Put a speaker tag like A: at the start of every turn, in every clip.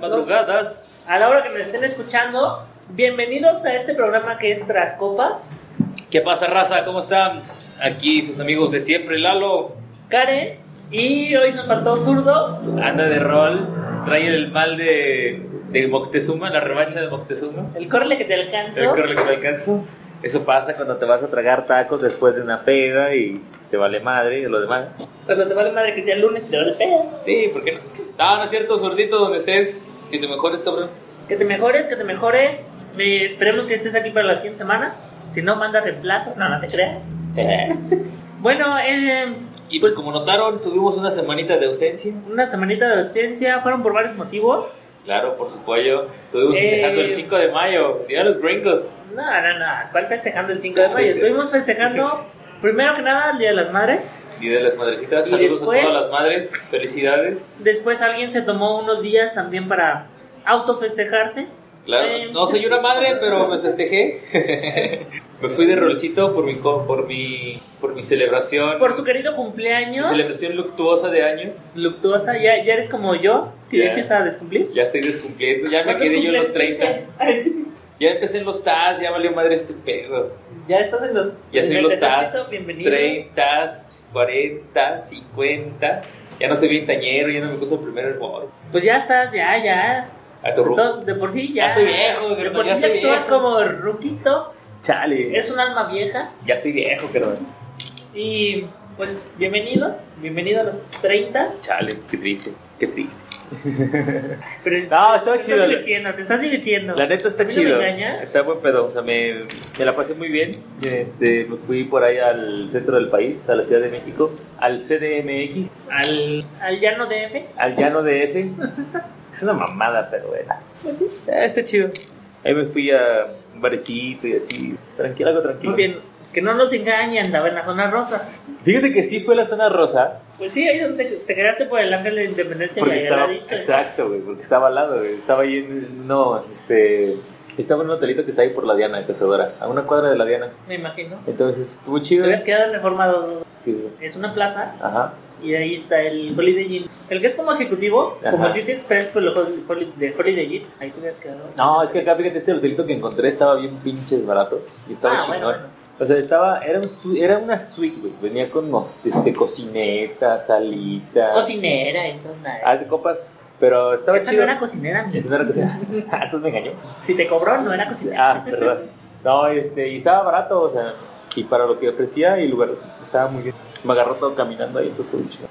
A: madrugadas.
B: A la hora que nos estén escuchando, bienvenidos a este programa que es Tras Copas.
A: ¿Qué pasa, raza? ¿Cómo están? Aquí sus amigos de siempre, Lalo.
B: Karen. Y hoy nos faltó Zurdo.
A: Anda de rol. Trae el mal de, de Moctezuma, la revancha de Moctezuma.
B: El corle que te alcanzo.
A: El corle que te alcanzo. Eso pasa cuando te vas a tragar tacos después de una peda y te vale madre y lo demás.
B: Cuando te vale madre que sea el lunes te vale peda.
A: Sí, ¿por qué no? No, no es cierto, zurdito, donde estés, que te mejores, cabrón.
B: Que te mejores, que te mejores. Eh, esperemos que estés aquí para la siguiente semana. Si no, manda reemplazo. No, no te creas. bueno, eh,
A: y pues como notaron, tuvimos una semanita de ausencia.
B: Una semanita de ausencia, fueron por varios motivos.
A: Claro, por supuesto. Estuvimos eh, festejando el 5 de mayo. Día los gringos.
B: No, no, no. ¿Cuál festejando el 5 de mayo? Estuvimos festejando, primero que nada, el Día de las Madres.
A: Día de las Madrecitas. Y Saludos después, a todas las madres. Felicidades.
B: Después alguien se tomó unos días también para autofestejarse.
A: Claro. Eh, no soy una madre, pero me festejé. me fui de rolcito por mi, por mi, por mi celebración.
B: Por su querido cumpleaños.
A: Mi celebración luctuosa de años.
B: Luctuosa, ya, ya eres como yo, que ya, ya empiezas a descumplir.
A: Ya estoy descumpliendo, ya me quedé yo en los 30. Ay, sí. Ya empecé en los TAS, ya valió madre estupendo.
B: Ya estás en los.
A: Ya soy los TAS. 30, 40, 50. Ya no soy ventañero, ya no me puso el primer hervor.
B: Pues ya estás, ya, ya.
A: A tu
B: Entonces, de por sí ya.
A: estoy viejo,
B: De por sí ya actúas como ruquito.
A: Chale.
B: Es un alma vieja.
A: Ya soy viejo, perdón.
B: Y pues bienvenido, bienvenido a los 30.
A: Chale, qué triste, qué triste.
B: Pero
A: no, está chido.
B: Estás divirtiendo, te estás divirtiendo.
A: La neta está chido. Me está buen pedo. O sea, me, me, la pasé muy bien. Este, me fui por ahí al centro del país, a la Ciudad de México, al CDMX.
B: Al, al llano DF.
A: Al llano DF. es una mamada, pero era.
B: Pues sí.
A: Ah, está chido. Ahí me fui a un barecito y así. Tranquilo, algo tranquilo.
B: Muy bien. Que no nos engañen, andaba en la zona rosa.
A: Fíjate que sí fue la zona rosa.
B: Pues sí, ahí donde te, te quedaste por el Ángel de la Independencia.
A: Porque estaba, exacto, güey, porque estaba al lado, güey. Estaba ahí en, no, este, estaba en un hotelito que está ahí por la Diana, Cazadora, a una cuadra de la Diana.
B: Me imagino.
A: Entonces, estuvo chido.
B: Te habías quedado en Reforma 2.
A: ¿Qué es eso?
B: Es una plaza.
A: Ajá.
B: Y ahí está el Holiday Inn. El que es como ejecutivo,
A: Ajá.
B: como City Express, pues el Holiday, de Holiday Inn. Ahí te habías quedado.
A: No, es que acá, fíjate, este hotelito que encontré estaba bien pinches barato. Y estaba
B: Ah,
A: chingón.
B: bueno, bueno.
A: O sea, estaba, era, un su- era una suite, güey. Venía con mo- este, cocineta, salita.
B: Cocinera, entonces
A: Ah,
B: nada.
A: de copas. Pero estaba
B: Esa no
A: chido.
B: era cocinera, amigo.
A: Esa no era cocina. Ah, entonces me engañó.
B: Si te cobró, no era cocinera.
A: Ah, perdón. No, este, y estaba barato, o sea, y para lo que ofrecía y el lugar estaba muy bien. Me agarró todo caminando ahí, entonces estuvo chido.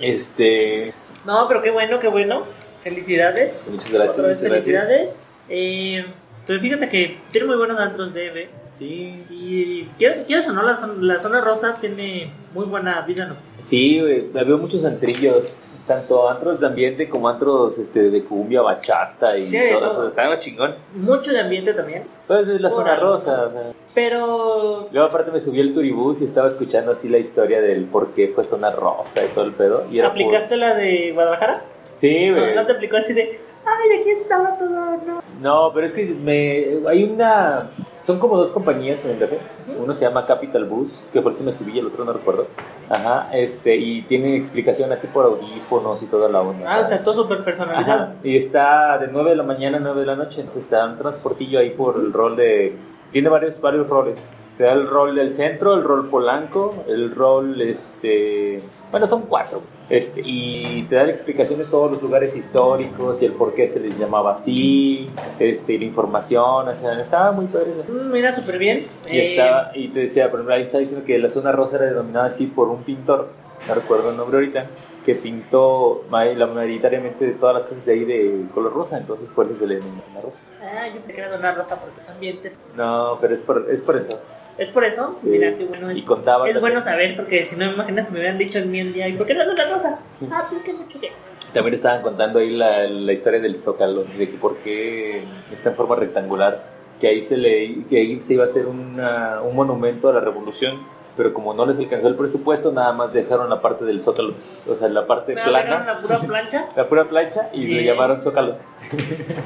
A: Este,
B: No, pero qué bueno, qué bueno. Felicidades.
A: muchas gracias.
B: Otra vez
A: muchas gracias.
B: felicidades. Eh, pero fíjate que tiene muy buenos antros DF.
A: Sí,
B: Y quieres, quieres o no, la, zon- la zona rosa tiene muy buena vida nocturna.
A: sí, güey, había muchos antrillos. Tanto antros de ambiente como antros este, de cumbia, bachata y
B: Sí, de
A: todo
B: todo.
A: eso. Estaba chingón.
B: Mucho de ambiente también.
A: Entonces es la zona
B: Órale.
A: rosa. o sea.
B: Pero
A: Luego aparte me subí al turibús y estaba escuchando así la historia del por qué fue zona rosa y todo el pedo. Y era puro-
B: ¿Aplicaste la de Guadalajara?
A: Sí,
B: No,
A: güey.
B: no te aplicó así de, ay, aquí estaba todo, no.
A: No, pero es que me, hay una... Son como dos compañías en el DF. Uno se llama Capital Bus, que fue el que me subí y el otro no recuerdo. Ajá, este, y tiene explicación así por audífonos y toda la onda.
B: Ah, o
A: ¿sabes?
B: sea, todo súper
A: Ajá,
B: personalizado.
A: y está de 9 de la mañana a 9 de la noche. Entonces está un transportillo ahí por el rol de. Tiene varios, varios roles. Te da el rol del centro, el rol polanco, el rol este. Bueno, son cuatro. Este, y te da la explicación de todos los lugares históricos y el por qué se les llamaba así, este, y la información, o sea, estaba muy padre eso.
B: Mm, Mira, súper bien.
A: Y,
B: Eh,
A: estaba, y te decía, por ejemplo, ahí está diciendo que la zona rosa era denominada así por un pintor, no recuerdo el nombre ahorita, que pintó ma- la mayoritariamente de todas las casas de ahí de color rosa, entonces por eso se le denomina zona rosa.
B: Ah, yo te quería donar rosa porque también te...
A: No, pero es por, es por eso.
B: ¿Es por eso?
A: Sí.
B: Mira, qué bueno es.
A: Y contaba
B: Es
A: también,
B: bueno saber porque si no, imagínate, me hubieran dicho en mi el día, ¿y por qué no es una rosa?
A: Sí.
B: Ah, pues es que mucho que.
A: también estaban contando ahí la, la historia del zócalo, de que por qué está en forma rectangular, que ahí se, le, que ahí se iba a hacer una- un monumento a la revolución. Pero como no les alcanzó el presupuesto, nada más dejaron la parte del zócalo, o sea, la parte
B: Me
A: plana.
B: agarraron la pura plancha.
A: La pura plancha y le
B: Bien.
A: llamaron Zócalo.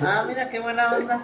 B: Ah, mira, qué buena onda.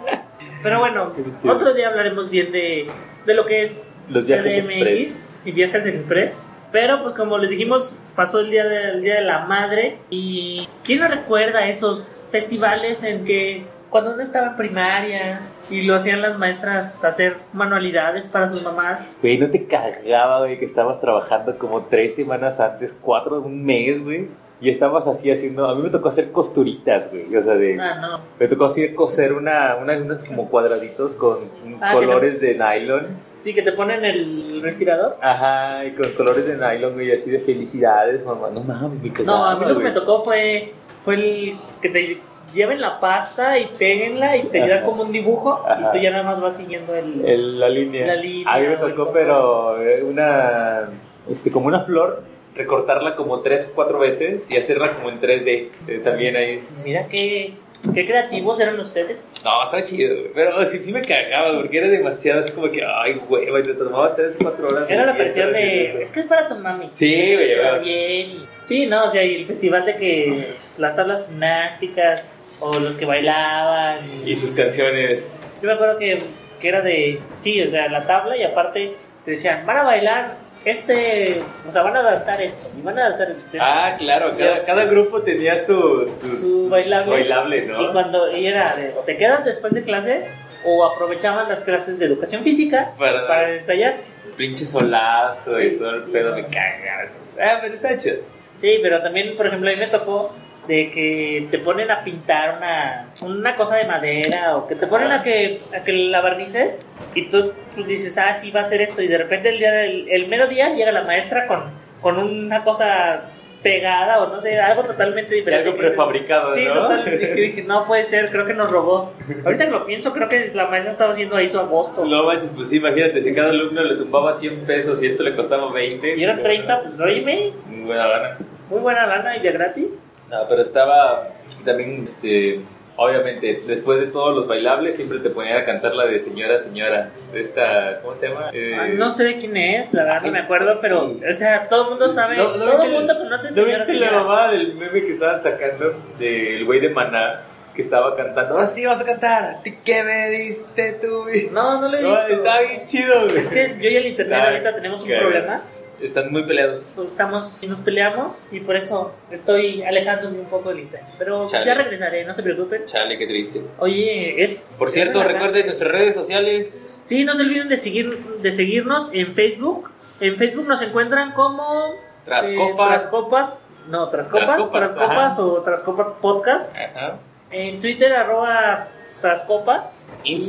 B: Pero bueno,
A: Qué chido.
B: otro día hablaremos bien de, de lo que es
A: Los viajes
B: CDMX
A: express.
B: y viajes express. Pero pues como les dijimos, pasó el día, de, el día de la madre y ¿quién no recuerda esos festivales en que cuando uno estaba en primaria y lo hacían las maestras hacer manualidades para sus mamás?
A: Güey, no te cagaba, güey, que estabas trabajando como tres semanas antes, cuatro, un mes, güey. Y estabas así haciendo. A mí me tocó hacer costuritas, güey. O sea, de,
B: Ah, no.
A: me tocó así coser una, una- unas como cuadraditos con
B: Ah,
A: colores de nylon.
B: Sí, que te ponen el respirador.
A: Ajá, y con colores de nylon, güey, así de felicidades, mamá. No mames, me cagaba.
B: No, a mí lo
A: Este,
B: que
A: ah, güey.
B: me tocó fue, fue el que te lleven la pasta y péguenla y te
A: Ajá.
B: dan como un dibujo
A: Ajá.
B: y tú ya nada más vas siguiendo el...
A: El- la línea.
B: La línea,
A: A mí me
B: o el
A: tocó,
B: color.
A: pero eh, una. Este, como una flor, recortarla como tres o cuatro veces y hacerla como en 3D. eh, también ahí.
B: Mira qué, qué creativos eran ustedes.
A: No, estaba chido, güey, Pero sí, sí me cagaba porque era demasiado. Es como que, ay, hueva, y te tomaba tres o cuatro horas.
B: Era la
A: diez
B: presión
A: horas
B: de...
A: y
B: Es
A: eso.
B: que es para tu mami.
A: Sí,
B: Tienes que
A: güey,
B: quedar
A: ¿verdad?
B: bien y- Sí, no, o sea, y el festival de que las tablas gimnásticas o los que bailaban.
A: Y sus canciones.
B: Yo me acuerdo que, que era de, sí, o sea, la tabla y aparte te decían, van a bailar este, o sea, van a danzar esto y van a danzar esto.
A: Ah, claro, cada, cada grupo tenía su. Su,
B: Su bailable.
A: su bailable,
B: Y
A: ¿no?
B: cuando y era de, o te quedas después de clases o aprovechaban las clases de educación física
A: Para-
B: para ensayar.
A: Pinche solazo
B: Sí,
A: y todo el
B: sí,
A: pedo,
B: no.
A: me cagas. Ah, pero está chido.
B: Sí, pero también, por ejemplo, a mí me tocó de que te ponen a pintar una, una cosa de madera o que te ponen a que, a que la barnices y tú pues, dices, ah, sí, va a ser esto. Y de repente el día del- el mero día llega la maestra con, con una cosa pegada o no sé, algo totalmente
A: Pero
B: diferente.
A: algo
B: que dices,
A: prefabricado,
B: Sí,
A: ¿no?
B: totalmente. Que dije, no puede ser, creo que nos robó. Ahorita que lo pienso, creo que la maestra estaba haciendo ahí su agosto.
A: No manches, pues sí, imagínate, si cada alumno le tumbaba 100 pesos y esto le costaba 20.
B: Y eran 30, pues oíme,
A: Buena lana.
B: muy buena lana y de gratis.
A: No, pero estaba también, este, obviamente, después de todos los bailables, siempre te ponían a cantar la de señora, señora. De esta, ¿cómo se llama? Eh,
B: Ay, Ah, no sé quién es, la verdad no me acuerdo, pero,
A: Sí.
B: o sea, todo el mundo sabe,
A: ¿No- no
B: todo
A: viste
B: el
A: la-
B: mundo conoce
A: ¿No
B: señora,
A: viste la
B: señora.
A: mamá del meme que estaban sacando del güey de Maná? Que estaba cantando, ahora sí vas a cantar. ¿A ti qué me diste tú?
B: No, no lo he
A: No,
B: visto.
A: está bien chido, güey.
B: Es que yo y el internet
A: Está
B: ahorita tenemos un
A: cagado.
B: problema.
A: Están muy peleados.
B: Pues Estamos, nos peleamos y por eso estoy alejándome un poco del internet. Pero
A: Chale.
B: ya regresaré, no se preocupen.
A: Chale, qué triste.
B: Oye, es...
A: Por
B: es
A: cierto,
B: relajante.
A: recuerden nuestras redes sociales.
B: Sí, no se olviden de, seguir, de seguirnos en Facebook. En Facebook nos encuentran como...
A: Tras
B: eh,
A: copas.
B: Trascopas. No, Trascopas,
A: Trascopas,
B: Trascopas,
A: ajá.
B: o Trascopas Podcast.
A: Ajá.
B: En Twitter, arroba Trascopas.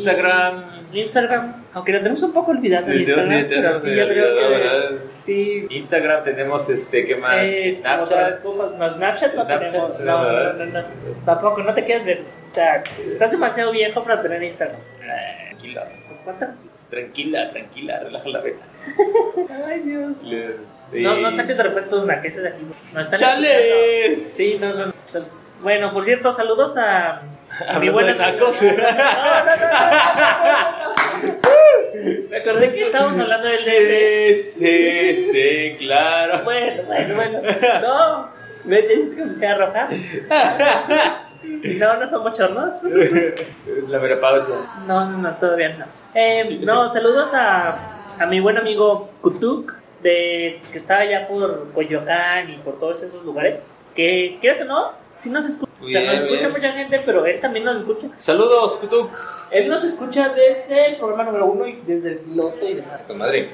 A: Instagram.
B: Y Instagram, aunque lo tenemos un poco olvidado en
A: Tenemos-
B: Instagram, pero
A: tenemos
B: sí, ya
A: el-
B: tenemos
A: la
B: que...
A: verdad.
B: Sí, Eh,
A: Instagram tenemos este, ¿qué más?
B: es como
A: Snapchat.
B: Trascopas. No, Snapchat no
A: Snapchat,
B: tenemos.
A: la
B: No, no,
A: verdad.
B: no, no. Tampoco, no te quieres ver. O sea, estás demasiado viejo para tener Instagram.
A: Tranquila,
B: Bastante.
A: tranquila, tranquila, relaja la vena.
B: Ay, Dios.
A: Le-
B: No, no
A: Y-
B: saques de repente tus naqueses de aquí. No están
A: ¡Chale!
B: escuchando. Sí, no, no, no. Bueno, por cierto, saludos a, a mi
A: Hablando
B: buena
A: de tacos.
B: No, no, no, no. Me acordé que estábamos hablando del DF.
A: Sí, sí, sí, claro.
B: Bueno, bueno, bueno. No, me hiciste que me sea roja. No, no son bochornos.
A: La menopausia.
B: No, no, no, todavía no. Eh, no, saludos a, a mi buen amigo Kutuk, de, que está allá por Coyoacán y por todos esos lugares. Que, ¿quieres o no? Sí nos escucha. O sea,
A: Bien,
B: nos escucha
A: bien.
B: mucha gente, pero él también nos escucha.
A: Saludos, Kutuk.
B: Él nos escucha desde el programa número uno y desde el piloto y demás.
A: Con Madrid.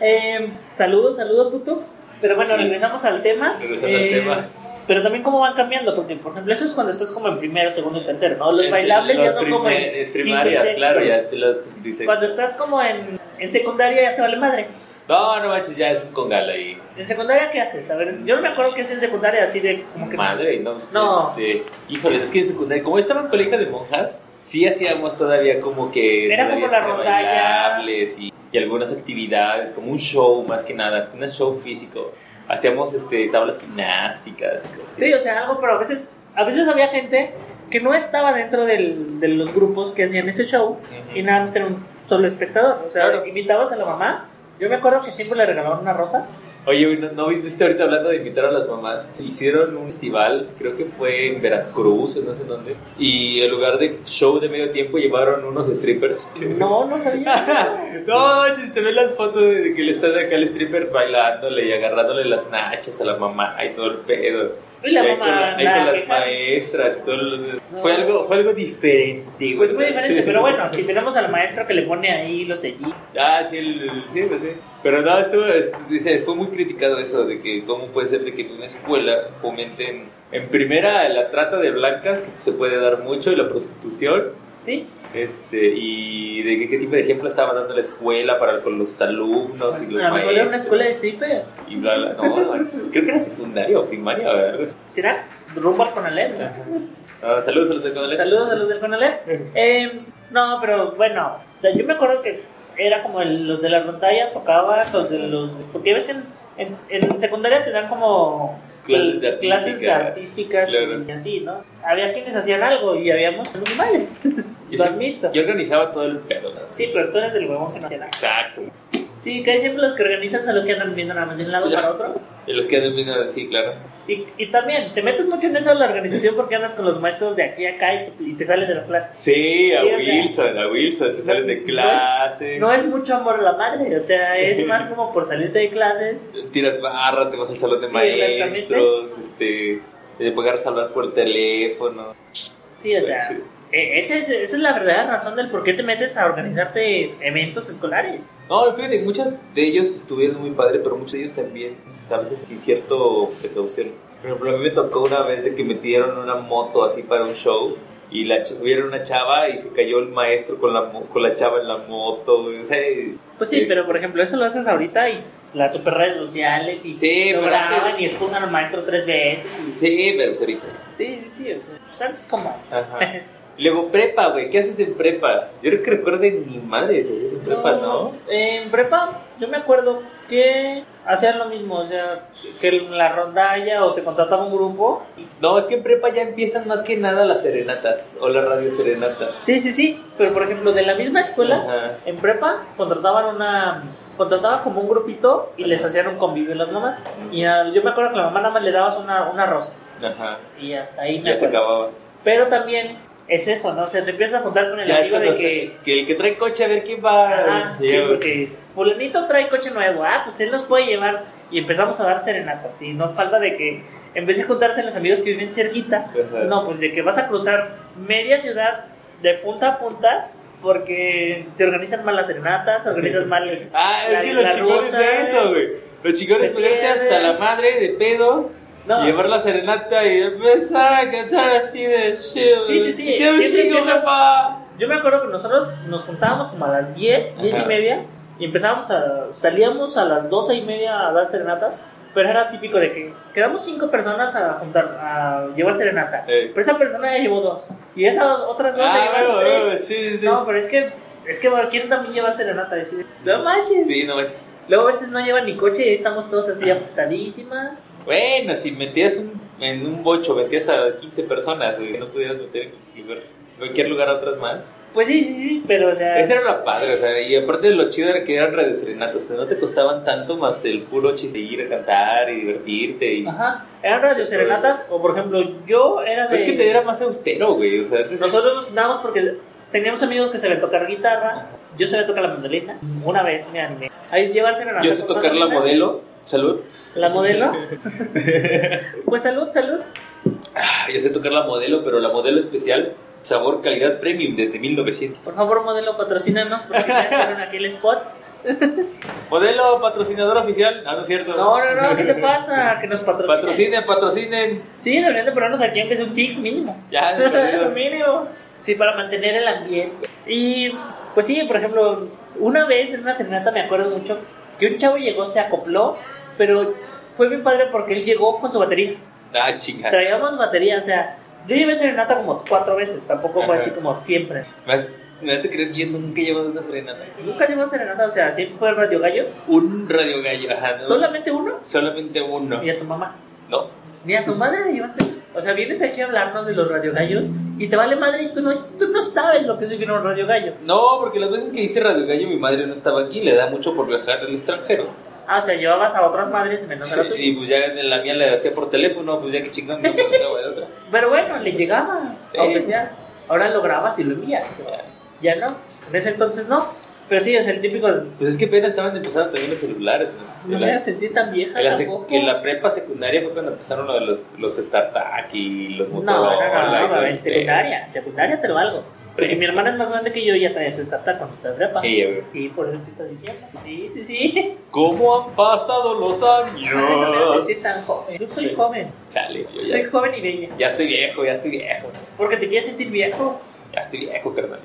B: Eh, saludos, saludos, Kutuk. Pero bueno, regresamos al tema. Eh,
A: Regresando al tema.
B: Pero también cómo van cambiando, porque por ejemplo, eso es cuando estás como en primero, segundo y tercero, ¿no? Los bailables ya
A: Este, Los
B: son como en
A: primer- es
B: quinto y
A: primarias,
B: sexto.
A: claro, ya los dice.
B: Cuando estás como en, en secundaria ya te vale madre.
A: No, no manches, ya es un congal ahí.
B: ¿En secundaria qué haces? A ver, yo no me acuerdo que es en secundaria así de como que...
A: Madre, no.
B: No.
A: Este, híjole, es que en secundaria, como estaba en colegio de monjas, sí hacíamos todavía como que.
B: Era
A: todavía
B: como la
A: como
B: rondalla.
A: bailables Y, y algunas actividades, como un show más que nada, un show físico. Hacíamos este, tablas gimnásticas y cosas así.
B: Sí, o sea, algo, pero a veces, a veces había gente que no estaba dentro del- de los grupos que hacían ese show
A: Ujú.
B: y nada más era un solo espectador. O sea,
A: Claro.
B: invitabas a la mamá. Yo me acuerdo que siempre le regalaban una rosa.
A: Oye, ¿no, no viste ahorita hablando de invitar a las mamás? Hicieron un festival, creo que fue en Veracruz o no sé dónde, y en lugar de show de medio tiempo llevaron unos strippers.
B: No, no sabía.
A: no, si te ven las fotos de que le están acá el stripper bailándole y agarrándole las nachas a la mamá y todo el pedo.
B: Y la
A: Y ahí
B: mamá,
A: con, la- ahí con
B: la
A: las
B: queja.
A: maestras y todo. lo-
B: No.
A: Fue, algo, fue algo diferente.
B: Pues muy
A: ¿verdad?
B: diferente,
A: Sí.
B: pero bueno, si tenemos al maestro que le pone ahí los sellitos.
A: Ah, sí, el, el- sí, pues sí. Pero no, estuvo, es- dice, fue muy criticado eso de que cómo puede ser de que en una escuela fomenten, en primera, la trata de blancas, que se puede dar mucho, y la prostitución,
B: ¿Sí?
A: este, y de que, qué tipo de ejemplo estaba dando la escuela para con los alumnos y los
B: a lo mejor era una
A: maestros.
B: escuela de strippers.
A: Y bla, bla, no, creo que era secundaria o primaria, ¿verdad?
B: ¿Será? Rumbo al Conalep. ¿no?
A: Ah, saludos a los de Conalep.
B: Saludos a los del Conalep. Eh, no, pero bueno, o sea, yo me acuerdo que era como el- los de la rondalla tocaban, los de los... Porque ves que en, en- en secundaria te dan como...
A: Clases de artística.
B: clases de artísticas y
A: Claro.
B: así, ¿no? Había quienes hacían algo y habíamos animales.
A: Yo
B: Lo
A: sí-
B: admito.
A: Yo organizaba todo el pedo, ¿no?
B: Sí, pero tú eres el huevón que no hacía nada.
A: Exacto.
B: Sí, casi siempre los que organizan son los que andan viendo nada más de un lado
A: Ya.
B: para otro.
A: Y los que han venido, sí, claro.
B: Y, y también, te metes mucho en eso de la organización porque andas con los maestros de aquí a acá y, y te sales de las clases.
A: Sí, a
B: Sí, o sea,
A: Wilson, a Wilson, te sales
B: no
A: de
B: es-
A: clase,
B: No es mucho amor a la madre, o sea, es más como por salirte de clases.
A: tiras barra, te vas al salón de
B: Sí,
A: maestros, este, te puedes salvar por teléfono.
B: Sí, o sea, e- esa es, esa es la verdadera razón del por qué te metes a organizarte eventos escolares.
A: No, fíjate, muchos de ellos estuvieron muy padre, pero muchos de ellos también, o sea, a veces sin cierto precaución. Por ejemplo, a mí me tocó una vez de que metieron una moto así para un show y la ch- subieron una chava y se cayó el maestro con la, mo- con la chava en la moto, güey, o sea, y-
B: Pues sí,
A: Sí.
B: pero por ejemplo, eso lo haces ahorita y las super redes sociales y
A: Sí,
B: lo
A: pero
B: graban
A: antes-
B: y expulsan al maestro tres veces. y-
A: Sí, pero pues ahorita.
B: Sí, sí, sí, o sea, pues antes como...
A: Ajá. Luego prepa, güey, ¿qué haces en prepa? Yo creo que recuerde mi madre si haces en prepa, ¿no?
B: En prepa, yo me acuerdo que hacían lo mismo, o sea, que en la rondalla o se contrataba un grupo. y-
A: No, es que en prepa ya empiezan más que nada las serenatas o las radio serenatas.
B: Sí, sí, sí, pero por ejemplo, de la misma escuela,
A: Ajá.
B: en prepa contrataban una contrataban como un grupito y les hacían un convivio las mamás. Y ah, yo me acuerdo que a la mamá nada más le dabas una, una rosa
A: Ajá.
B: y hasta ahí me
A: Ya se
B: acuerdo.
A: acababa.
B: Pero también es eso, ¿no? O sea, te empiezas a juntar con el
A: Ya es
B: amigo de
A: cuando
B: que
A: se- que el que trae coche a ver quién va.
B: Ajá, sí,
A: Ya, güey.
B: porque fulanito trae coche nuevo, ah, pues él nos puede llevar y empezamos a dar serenatas, y no falta de que en vez de juntarse los amigos que viven cerquita,
A: Ajá.
B: no, pues de que vas a cruzar media ciudad de punta a punta porque se organizan mal las serenatas, se organizan mal el-
A: Ah, es
B: la-
A: que los
B: la
A: chingones
B: ruta.
A: de eso, güey. Los chingones
B: Te
A: ponerte hasta
B: pierdes.
A: la madre de pedo.
B: No.
A: Llevar la serenata y empezar a cantar así de chill.
B: Sí, sí, sí,
A: ¡Qué un
B: siempre
A: chingo,
B: empiezas-
A: papá!
B: Yo me acuerdo que nosotros nos juntábamos como a las 10, 10 y
A: Ajá.
B: media y empezábamos a, salíamos a las 12 y media a dar serenatas, pero era típico de que quedamos cinco personas a juntar, a llevar serenata,
A: Eh.
B: pero esa persona ya llevó dos y esas otras dos ya
A: Ah,
B: llevaron
A: güey,
B: tres.
A: güey, sí, sí, sí.
B: No, pero es que, es que bueno, quieren también llevar serenata, y así de, no manches.
A: Sí, no manches.
B: Luego a veces no llevan ni coche y ahí estamos todos así apuntadísimas.
A: Bueno, si metías un- en un bocho, metías a 15 personas, güey, no pudieras meter en cualquier- cualquier lugar a otras más.
B: Pues sí, sí, sí, pero o sea.
A: Esa era la padre, o sea, y aparte lo chido era que eran radioserenatos, o sea, no te costaban tanto más el puro chiste ir a cantar y divertirte y...
B: Ajá. Eran radio serenatas, o por ejemplo, yo era de.
A: Pero es que te era más austero, güey, o sea, antes-
B: Nosotros nos juntábamos porque teníamos amigos que sabían tocar guitarra. Yo sabía tocar la mandolina. Una vez me animé. Ahí llevarse la
A: yo sé tocar la modelo, salud,
B: ¿La modelo? pues salud, salud.
A: Ah, yo sé tocar la modelo, pero la modelo especial, sabor, calidad, premium, desde 1900.
B: Por favor, modelo, patrocínanos porque ya hicieron aquí el spot.
A: Modelo, patrocinador oficial, ah, no es cierto.
B: No, no, no, ¿qué te pasa? Que nos patrocinen.
A: Patrocinen, patrocinen,
B: Sí, deberían de ponernos aquí aunque sea un six mínimo.
A: ya, de perdido.
B: mínimo. Sí, para mantener el ambiente. Y pues sí, por ejemplo, una vez en una serenata me acuerdo mucho que un chavo llegó, se acopló, pero fue bien padre porque él llegó con su batería.
A: ah, chinga.
B: Traíamos batería, o sea, yo llevé serenata como cuatro veces, tampoco fue
A: Ajá.
B: así como siempre.
A: Me has- me has de creer que yo nunca he llevado una serenata.
B: Nunca llevamos serenata, o sea, siempre fue Radio Gallo.
A: Un radio gallo, ajá, no,
B: Solamente uno.
A: solamente uno.
B: Y a tu mamá.
A: No,
B: Ni a tu madre le llevaste. O sea, vienes aquí a hablarnos de los radiogallos y te vale madre y tú no, tú no sabes lo que es vivir un radiogallo.
A: no, porque las veces que hice radio gallo mi madre no estaba aquí, le da mucho por viajar al extranjero.
B: Ah, o sea, llevabas a otras madres menos a la
A: Sí,
B: tuya.
A: y pues ya en la mía la hacía por teléfono, pues ya que chingón no me acordaba de otra.
B: Pero bueno, le llegaba.
A: Sí,
B: aunque
A: pues.
B: sea. Ahora lo grabas y lo envías. Ya no. En ese entonces no. Pero sí, es el típico.
A: Pues es que apenas estaban empezando también los celulares. ¿no?
B: No
A: En
B: me
A: la-
B: voy a sentir tan vieja
A: en la sec-
B: tampoco.
A: en la prepa secundaria fue cuando empezaron lo de los, los StarTAC y los
B: No,
A: Motorola.
B: no, no, no, no,
A: y
B: en
A: los-
B: secundaria, en secundaria te lo valgo. Porque mi hermana es más grande que yo y ya traía su startup cuando estaba en prepa.
A: Sí, güey.
B: Sí, por eso te estoy diciendo. Sí, sí, sí.
A: ¿Cómo han pasado los años?
B: Ay, no me voy a sentir tan joven. Yo soy
A: Sí.
B: joven.
A: Chale, yo
B: Soy
A: ya,
B: joven y bella.
A: ya estoy viejo, ya estoy viejo.
B: Porque te quieres sentir viejo.
A: Ya estoy viejo, carnal.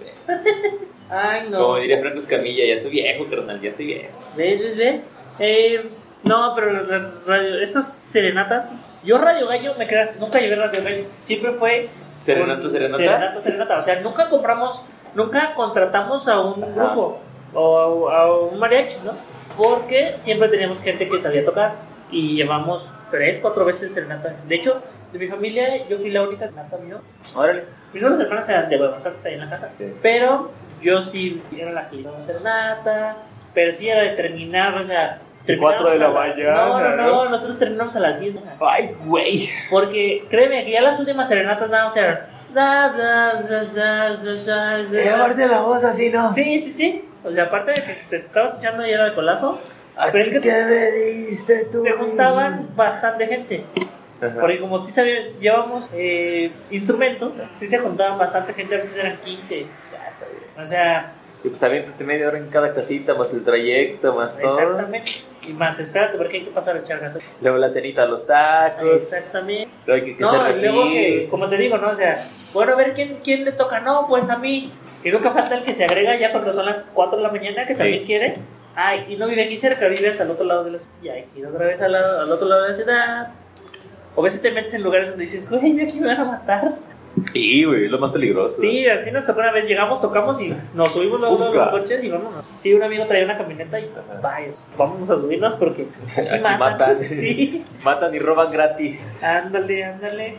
B: Ay, no.
A: Como diría Franco Escamilla, ya estoy viejo, carnal, ya estoy viejo.
B: ¿Ves, ves, ves? Eh, no, pero la radio- esos serenatas. Yo Radio Gallo, me creas, nunca llevé Radio Gallo. Siempre fue.
A: Serenata,
B: con-
A: serenata.
B: Serenata, serenata. O sea, nunca compramos, nunca contratamos a un
A: Ajá.
B: grupo o a, a un mariachi, ¿no? Porque siempre teníamos gente que sabía tocar y llevamos tres, cuatro veces serenata. De hecho, de mi familia, yo fui la única serenata mío.
A: Órale.
B: Mis otros hermanos eran de Guadalajara, ahí en la casa.
A: Sí.
B: Pero yo sí era la que iba a hacer nata, pero sí era de terminar, o sea...
C: De cuatro de la
B: terminábamos a No,
C: mañana,
B: no, no, nosotros terminamos a las 10.
A: Ay, güey.
B: Porque créeme que ya las últimas serenatas nada más eran... Da, da, da, da, da, da, da.
D: Llevarte Eh, la voz así, ¿no?
B: Sí, sí, sí. O sea, aparte de que te estabas echando ya el colazo,
D: ¿A
B: Pero es
D: ti
B: que-
D: qué me diste tú?
B: se juntaban bastante gente. Porque como sí sabían, llevamos eh, instrumentos, sí se juntaban bastante gente, a veces eran 15.
A: Ya está bien.
B: O sea,
A: Y pues aviéntate media hora en cada casita, más el trayecto, más todo.
B: exactamente. Y más, espérate, porque hay que pasar a echar gasolina.
A: Luego la cenita, los tacos.
B: Exactamente.
A: Luego hay que, que se
B: No, y luego que,
A: refil.
B: como te digo, ¿no? O sea, bueno, a ver quién, quién le toca. No, pues a mí. Y nunca falta el que se agrega ya cuando son las 4 de la mañana, que también
A: Sí.
B: quiere. Ay, y no vive aquí cerca, vive hasta el otro lado de la ciudad. Y hay que ir otra vez al, lado- al otro lado de la ciudad. O a veces te metes en lugares donde dices, güey, yo aquí me van a matar.
A: Sí, güey, es lo más peligroso.
B: Sí, así nos tocó una vez, llegamos, tocamos y nos subimos a uno de los
A: Puta.
B: coches y vámonos. Sí, un amigo traía una camioneta y
A: Ajá.
B: vaya, vamos a subirnos porque aquí,
A: Aquí
B: matan.
A: matan.
B: Sí, Ah.
A: Matan y roban gratis.
B: ándale, ándale.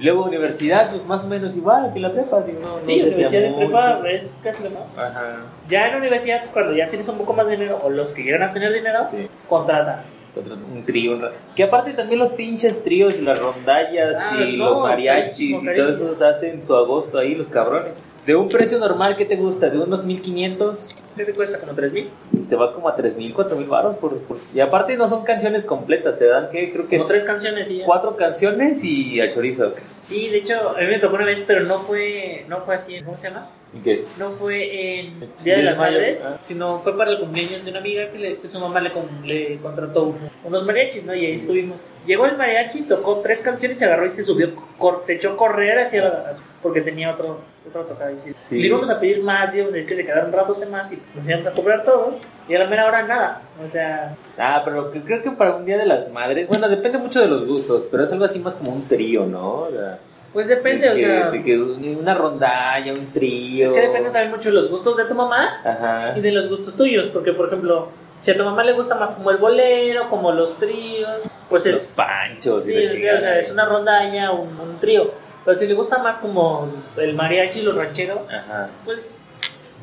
A: Luego universidad, pues más o menos igual que la prepa. Digo, no, no sé si
B: sí, universidad de
A: mucho.
B: prepa es casi lo mismo.
A: Ajá.
B: Ya en la universidad, cuando ya tienes un poco más de dinero, o los que llegan a tener dinero,
A: Sí.
B: contratan.
A: Otro- un trío. un ra- Que aparte también los pinches tríos y las rondallas
B: Ah,
A: y
B: no,
A: los mariachis
B: carísimo,
A: y
B: carísimo.
A: todos esos hacen su agosto ahí, los cabrones. De un precio normal, ¿qué te gusta? De unos 1500,
B: ¿Qué te cuesta? Como 3 mil.
A: te va como a 3000, 4000 baros. Por, por- Y aparte no son canciones completas, te dan que creo que
B: Como
A: es
B: tres canciones y ya.
A: cuatro canciones y a chorizo.
B: Sí, de hecho, a mí me tocó una vez, pero no fue, no fue así, ¿cómo se llama?
A: ¿Y qué?
B: No fue en
A: El
B: Día de
A: Día
B: las
A: de Mayo,
B: Madres,
A: ah.
B: sino fue para el cumpleaños de una amiga que, le- que su mamá le, con- le contrató un- unos mariachis, ¿no? Y ahí estuvimos. Llegó el mariachi, tocó tres canciones, se agarró y se subió, cor- se echó a correr hacia la, porque tenía otro, otro tocado. Y
A: Sí.
B: Le íbamos a pedir más, íbamos a decir que se quedaron un rato de más y pues, nos íbamos a cobrar todos. Y a la mera hora nada. O sea,
A: Ah, pero que- creo que para un día de las madres, bueno, depende mucho de los gustos, pero es algo así más como un trío, ¿no? O sea,
B: pues depende,
A: de
B: o
A: que,
B: sea.
A: de que un- una rondalla, un trío.
B: Es que depende también mucho de los gustos de tu mamá
A: Ajá.
B: y de los gustos tuyos, porque por ejemplo, Si a tu mamá le gusta más como el bolero, como los tríos, pues
A: Los
B: es,
A: panchos y
B: sí,
A: la
B: o sea,
A: chingada.
B: o sea, es una rondalla, un, un trío. Pero si le gusta más como el mariachi y los rancheros,
A: Ajá.
B: pues,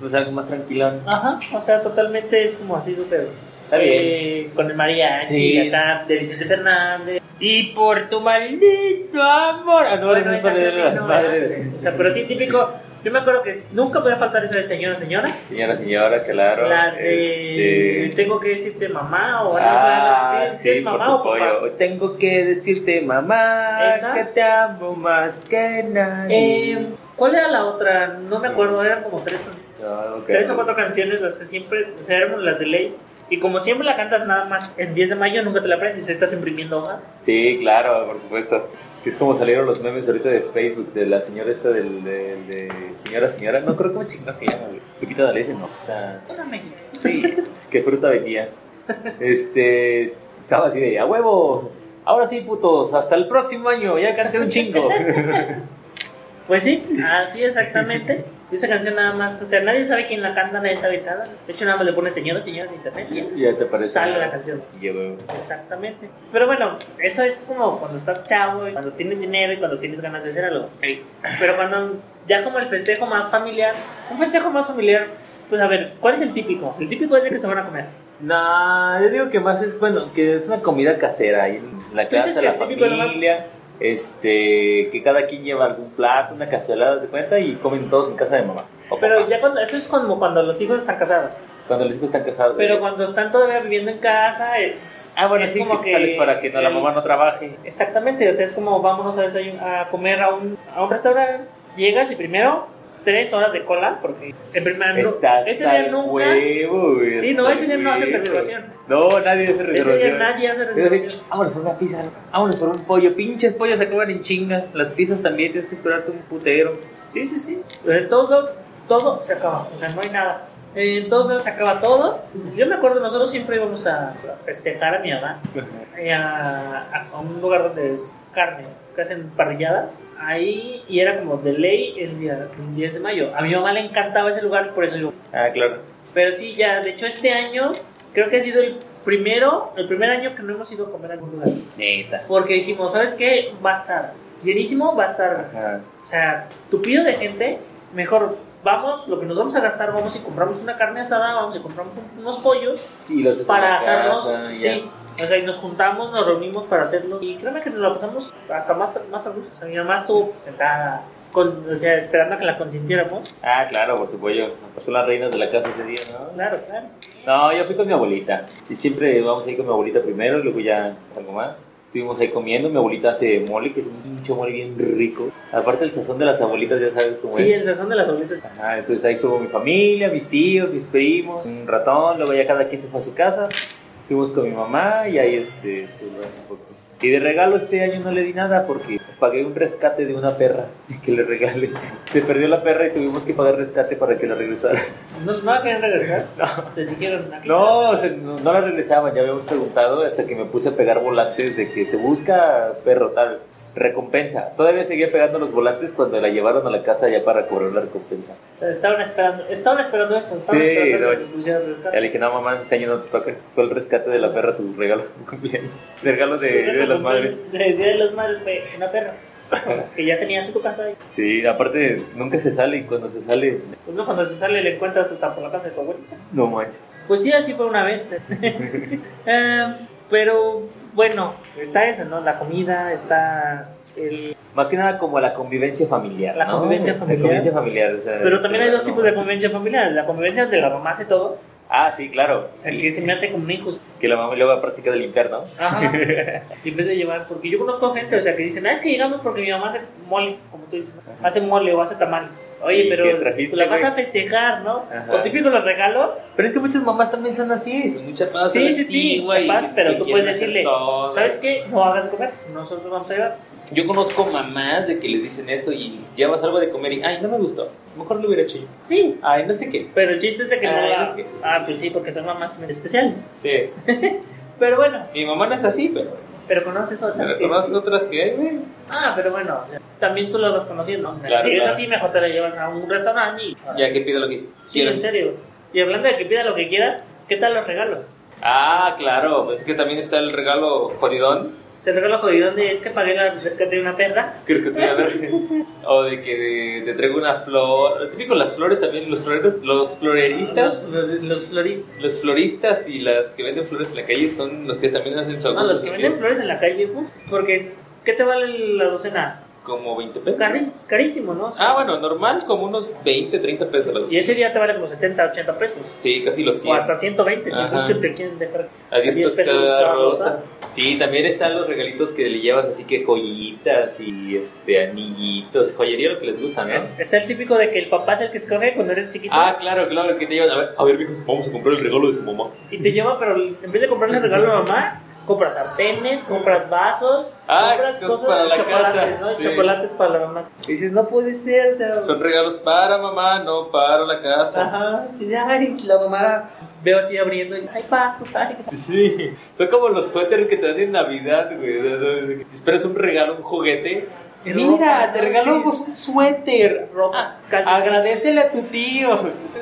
A: Pues algo más tranquilón.
B: ajá, o sea, totalmente es como así su pedo.
A: Está bien.
B: Eh, con el mariachi,
A: Sí.
B: acá, de Vicente Fernández.
A: Y por tu maldito amor. Ah, no,
B: Bueno,
A: no
B: esa creo
A: salieron
B: que
A: las
B: no,
A: madres.
B: O sea, pero sí, típico. Yo me acuerdo que nunca podía faltar esa de señora, señora.
A: Señora, señora, claro.
B: La
A: Ah,
B: de
A: Este.
B: tengo que decirte mamá o algo
A: Ah,
B: así,
A: sí,
B: ¿es
A: por
B: mamá o papá?
A: supuesto. Tengo que decirte, mamá,
B: Esa.
A: que te amo más que nadie.
B: Eh, ¿Cuál era la otra? No me acuerdo, eran como tres,
A: No, Ah, ok.
B: tres o cuatro canciones las que siempre, o sea, eran las de ley. Y como siempre la cantas nada más en 10 de mayo, nunca te la aprendes, estás imprimiendo hojas.
A: Sí, claro, por supuesto. Que es como salieron los memes ahorita de Facebook de la señora esta del, del- de, señora, señora. No creo cómo chingada se llama, güey. Lupita D'Alessio, no. Está...
B: Una mexicana.
A: Sí, qué fruta vendías. Este, estaba así de, a huevo. Ahora sí, putos, hasta el próximo año, ya canté un chingo.
B: Pues sí, así exactamente. Y esa canción nada más, o sea, nadie sabe quién la canta, nadie sabe nada. De hecho, nada más le pone señora, señora en internet y ya.
A: Y ya te parece.
B: Sale la canción.
A: Y a huevo.
B: Exactamente. Pero bueno, eso es como cuando estás chavo, y cuando tienes dinero y cuando tienes ganas de hacer algo. Pero cuando ya como el festejo más familiar, un festejo más familiar, pues a ver, ¿cuál es el típico? El típico es el que se van a comer.
A: Nah, yo digo que más es, bueno, que es una comida casera. ahí en la
B: Pues es
A: casa,
B: que
A: la
B: el típico nomás-
A: familia. Este, que cada quien lleva algún plato, una cazuela, de cuenta, y comen todos en casa de mamá. o
B: Pero
A: papá.
B: ya cuando, eso es como cuando los hijos están casados.
A: Cuando los hijos están casados.
B: Pero
A: güey.
B: cuando están todavía viviendo en casa, eh,
A: ah, bueno,
B: es
A: sí,
B: como
A: que,
B: que
A: sales para que no, la
B: el-
A: mamá no trabaje.
B: Exactamente, o sea, es como vámonos a, desayun- a comer a un, a un restaurante, llegas y primero tres horas de cola, porque en primer lugar,
A: Estás
B: ese
A: al
B: día nunca,
A: huevo, güey,
B: sí, no,
A: hasta
B: ese día no hace
A: huevo.
B: reservación,
A: No, nadie hace
B: ese día
A: reservación.
B: nadie hace
A: Yo
B: reservación.
A: decía, Vámonos por una pizza, vámonos por un pollo. Pinches pollos se acaban en chinga. Las pizzas también tienes que esperarte un putero.
B: Sí, sí, sí, en todos lados, todo se acaba, o sea, no hay nada. En todos lados se acaba todo. Yo me acuerdo, nosotros siempre íbamos a festejar a mi mamá eh, a, a- a un lugar donde es carne, que hacen parrilladas. Ahí, y era como de ley el día el 10 de mayo. A mi mamá le encantaba ese lugar, por eso yo.
A: Ah, claro.
B: Pero sí, ya, de hecho, este año creo que ha sido el primero, el primer año que no hemos ido a comer a algún lugar.
A: Neta.
B: Porque dijimos, ¿sabes qué? Va a estar llenísimo, va a estar,
A: Ajá.
B: o sea, tupido de gente. Mejor vamos, lo que nos vamos a gastar, vamos y compramos una carne asada, vamos y compramos un- unos pollos
A: Y los haces
B: para
A: en la
B: hacernos,
A: casa, ya.
B: sí. O sea, y nos juntamos, nos reunimos para hacerlo. Y créeme que nos la pasamos hasta más, más a gusto. O sea, mi mamá estuvo sentada, con, o sea, esperando a que la consintiéramos.
A: Ah, claro, por supuesto. Pues Son las reinas de la casa ese día, ¿no?
B: Claro, claro.
A: No, yo fui con mi abuelita. Y siempre vamos ahí con mi abuelita primero, y luego ya algo más. Estuvimos ahí comiendo. Mi abuelita hace mole, que es mucho mole bien rico. Aparte, el sazón de las abuelitas, ya sabes cómo
B: Sí,
A: es.
B: el sazón de las abuelitas.
A: Ajá, entonces ahí estuvo mi familia, mis tíos, mis primos, un ratón, luego ya cada quien se fue a su casa, fuimos con mi mamá y ahí este... se durmió un poco. Y de regalo este año no le di nada porque pagué un rescate de una perra que le regalé. Se perdió la perra y tuvimos que pagar rescate para que la regresara.
B: ¿No, no la querían regresar? No. Les dijeron, aquí
A: No, o sea, no, no la regresaban, ya habíamos preguntado hasta que me puse a pegar volantes de que se busca perro tal, recompensa. Todavía seguía pegando los volantes cuando la llevaron a la casa ya para cobrar la recompensa.
B: está. Estaban esperando, estaban esperando eso. Estaban
A: Sí,
B: esperando
A: no
B: que
A: es-
B: les pusieran rescate.
A: Ya le dije, no mamá, este año no te toca. Fue el rescate de la perra tu regalo de cumpleaños. El regalo de, Día de las madres.
B: El día de las madres fue una perra. que ya tenías en tu casa. y,
A: Sí, aparte nunca se sale y cuando se sale,
B: Pues no, cuando se sale le encuentras hasta por la casa de tu abuelita.
A: no manches.
B: Pues sí, así fue una vez. Eh, pero bueno, está eso, ¿no? La comida, está el...
A: Más que nada como la convivencia familiar.
B: La
A: ¿no?
B: convivencia familiar.
A: La convivencia familiar. o sea, este,
B: Pero también hay dos
A: no.
B: tipos de convivencia familiar. La convivencia de la mamá hace todo,
A: Ah, sí, claro.
B: o sea, que se me hace como una injusticia.
A: Que la mamá luego va a practicar del infierno.
B: Ajá. y en vez de llevar, porque yo conozco gente, o sea, que dicen, ah, es que llegamos porque mi mamá hace mole, como tú dices, ¿no? hace mole o hace tamales. Oye,
A: ¿Y
B: pero
A: qué trajiste,
B: tú la vas
A: güey?
B: a festejar, ¿no?
A: Ajá.
B: O típico los regalos,
A: Pero es que muchas mamás también son así.
E: Mucha paz.
B: Sí, sí, sí, capaz, pero tú puedes decirle, ¿sabes qué? No hagas comer, nosotros vamos a llevar.
E: Yo conozco mamás de que les dicen eso y llevas algo de comer y, ay, no me gustó. Mejor lo hubiera hecho yo.
B: Sí,
E: Ay, no sé qué.
B: Pero el chiste es de que no
E: Ah,
B: la-
E: es que-
B: Ah, pues sí, porque son mamás muy especiales.
E: Sí.
B: Pero bueno,
E: Mi mamá no es así, pero.
B: pero conoces otras.
E: Pero
B: que
E: conozco
B: sí.
E: otras que hay, güey.
B: Ah, pero bueno, o sea, también tú las vas conociendo. ¿no?
E: Claro,
B: si es
E: claro.
B: así, mejor te la llevas a un restaurante y...
E: Ya que pida lo que
B: sí,
E: quieran.
B: en serio. Y hablando de que pida lo que quiera, ¿qué tal los regalos?
A: Ah, claro, pues es que también está el regalo jodidón.
B: Se regalo jodidón de es que pagué la rescate de una perra.
A: Es que que te O de que te traigo una flor. Típico las flores también, los floreros, los
B: Los,
A: floreristas.
B: los floristas.
A: Los floristas y las que venden flores en la calle son los que también hacen su
B: No, Ah, los que venden flores en la calle, pues, porque ¿qué te vale la docena?
A: Como 20 pesos.
B: Cari- carísimo, ¿no? O sea,
A: ¿Eh? Ah, bueno, normal, como unos 20, 30 pesos. la
B: Y
A: docena.
B: ese día te vale como 70, 80 pesos.
A: Sí, casi los 100.
B: O hasta 120, si
A: Ajá.
B: es que te quieren dejar
A: A 10 pesos cada
B: cada
A: rosa.
B: rosa.
A: Sí, también están los regalitos que le llevas, así que joyitas y este anillitos, joyería lo que les gusta, ¿no?
B: Es- Está el típico de que el papá es el que escoge cuando eres chiquito
A: Ah, claro, claro, que te llevan. A ver, a ver, mijos, vamos a comprar el regalo de su mamá.
B: y te lleva, pero en vez de comprarle regalo a mamá, compras sartenes, compras vasos,
A: Ah,
B: compras
A: cosas para la
B: chocolates,
A: casa,
B: ¿no? Y
A: sí.
B: Chocolates para la mamá. Y dices, no puede ser, o sea,
A: Son regalos para mamá, no para la casa.
B: ajá, sí, ay, la mamá veo así abriendo y ay, vasos, ay.
A: Sí, son como los suéteres que te dan en Navidad, güey. o sea, Esperas un regalo, un juguete.
B: Y ropa, ¿no? Sí.
A: un suéter.
B: Ropa, calcetín.
A: ah, agradecele a tu tío.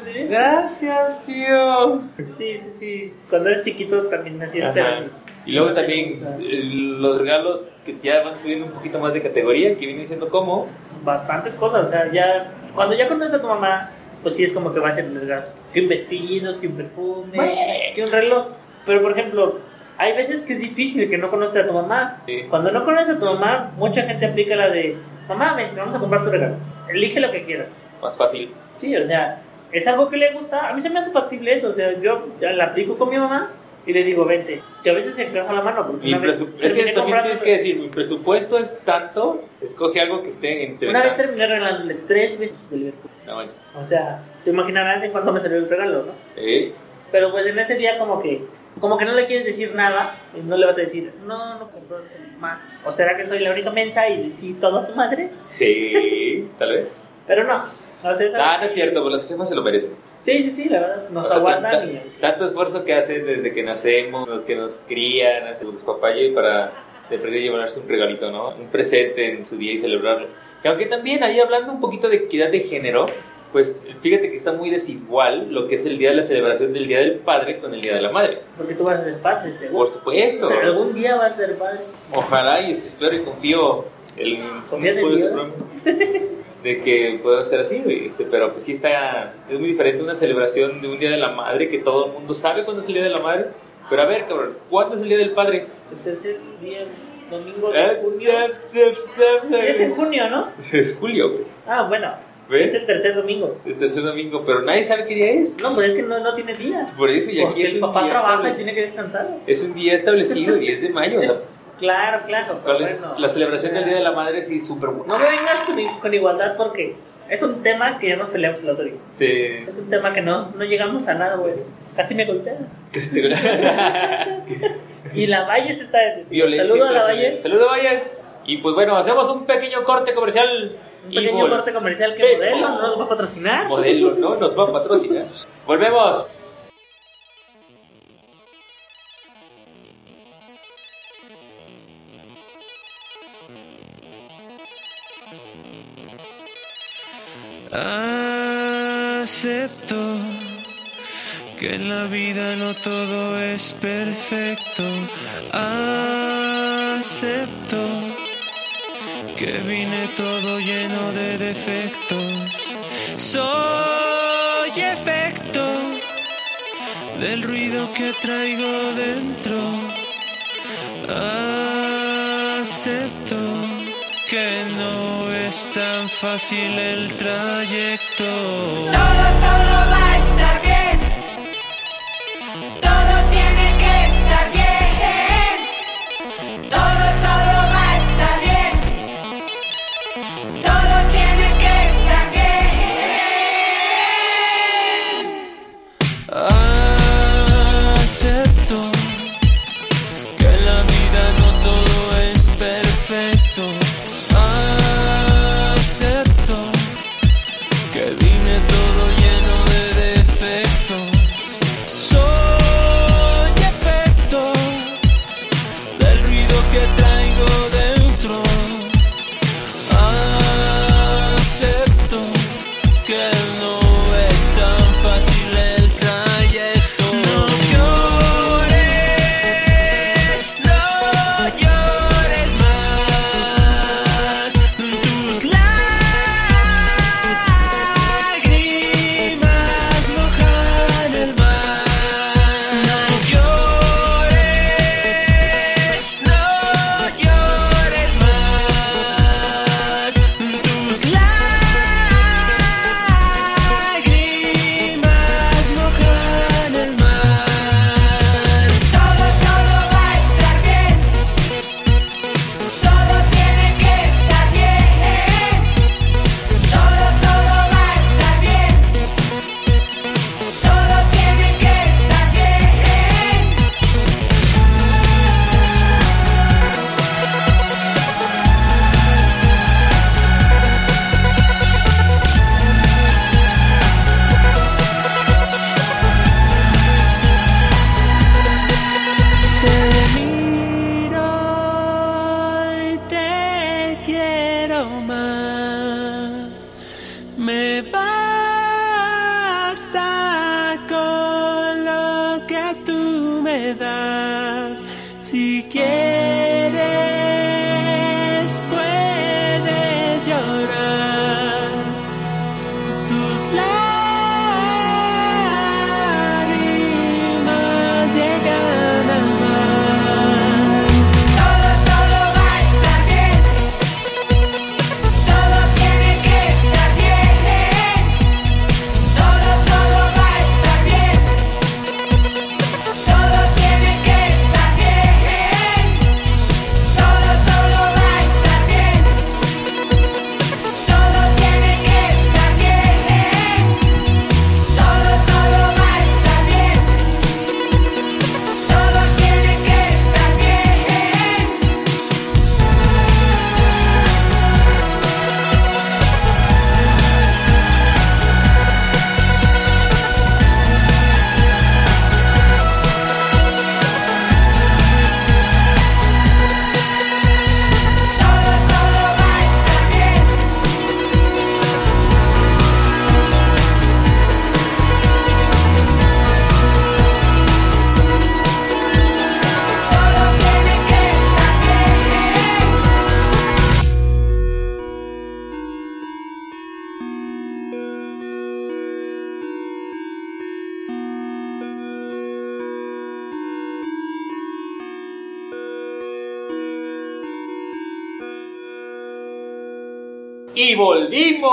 B: Sí,
A: Gracias, tío.
B: sí, sí, sí. Cuando eres chiquito también así
A: Ajá.
B: esperas.
A: Y luego también eh, los regalos que ya van subiendo un poquito más de categoría, que vienen siendo como.
B: bastantes cosas. O sea, ya cuando ya conoces a tu mamá, pues sí es como que va a ser el gasto. Que un vestido, que un perfume,
A: Bueno.
B: que un reloj. Pero por ejemplo, hay veces que es difícil que no conoces a tu mamá.
A: Sí.
B: Cuando no conoces a tu mamá, mucha gente aplica la de: Mamá, ven, te vamos a comprar tu regalo. Elige lo que quieras.
A: Más fácil.
B: Sí, o sea, es algo que le gusta. A mí se me hace factible eso. O sea, yo ya la aplico con mi mamá. Y le digo, vente, que a veces se encaja la mano. Porque
A: Mi
B: una vez
A: presu- es que
B: terminé
A: también
B: comprando-
A: tienes que decir: mi presupuesto es tanto, escoge algo que esté entre.
B: Una vez
A: tanto.
B: terminé regalándole tres veces del Liverpool.
A: No manches.
B: O sea, te imaginarás en cuánto me salió el regalo, ¿no?
A: Eh,
B: Pero pues en ese día como que como que no le quieres decir nada y no le vas a decir, no, no compró más. O será que soy la única mensa y sí todo a su madre.
A: Sí, tal vez.
B: Pero no. O sea,
A: Ah,
B: ¿sabes?
A: no es cierto, pues las jefas se lo merecen.
B: Sí, sí, sí, la verdad. Nos
A: O sea,
B: aguantan
A: tan-
B: y...
A: Tanto esfuerzo que hacen desde que nacemos, lo que nos crían, hacen los papás y para de perdido llevarse un regalito, ¿no? Un presente en su día y celebrarlo. Y aunque también ahí hablando un poquito de equidad de género, pues fíjate que está muy desigual lo que es el día de la celebración del Día del Padre con el Día de la Madre.
B: Porque tú vas a ser padre,
A: Por
B: seguro.
A: supuesto.
B: Pero algún día vas a ser padre.
A: Ojalá y espero y confío en
B: Confías en
A: pueblo
B: Dios.
A: supremo de que pueda ser así, güey, este, pero pues sí está, es muy diferente una celebración de un Día de la Madre que todo el mundo sabe cuándo es el Día de la Madre, pero a ver, cabrón, ¿cuándo es el Día del Padre?
B: El tercer día, domingo de
A: Eh,
B: junio. Es en junio, ¿no?
A: Es julio, güey,
B: Ah, bueno. Es
A: ¿ves?
B: el tercer domingo.
A: Es tercer domingo, pero nadie sabe qué día es,
B: No, pero es que no, no tiene día.
A: por eso y aquí
B: Porque
A: es
B: el
A: un,
B: papá
A: día
B: trabaja y
A: establecido,
B: tiene que descansar.
A: es un día establecido, 10 de mayo, o sea,
B: Claro, claro. pero
A: ¿cuál es
B: bueno.
A: la celebración del Día de la Madre? Sí, súper
B: No me vengas con, i- con igualdad porque es un tema que ya nos peleamos el otro día.
A: se-
B: Es un tema que no, no llegamos a nada, güey. Casi me golpeas. Y la Valles está de testigo.
A: Violencia
B: Saludo a la
A: intrafamiliar.
B: Valles.
A: Saludo, Valles. Y pues bueno, hacemos un pequeño corte comercial.
B: Un
A: y
B: pequeño
A: vol-
B: corte comercial que
A: Ve-
B: modelo no nos va a patrocinar.
A: Modelo, ¿no? Nos va a patrocinar. Volvemos.
F: Acepto que en la vida no todo es perfecto. Acepto que vine todo lleno de defectos. Soy efecto del ruido que traigo dentro. Acepto que no es tan fácil el trayecto.
G: Todo, todo va a estar bien. Todo tiene que estar bien. Todo, todo va a estar bien. Todo tiene que estar bien.
F: Acepto que en la vida no todo es perfecto. Acepto que vine todo lleno de
G: eh. eh.
A: ¡Y volvimos!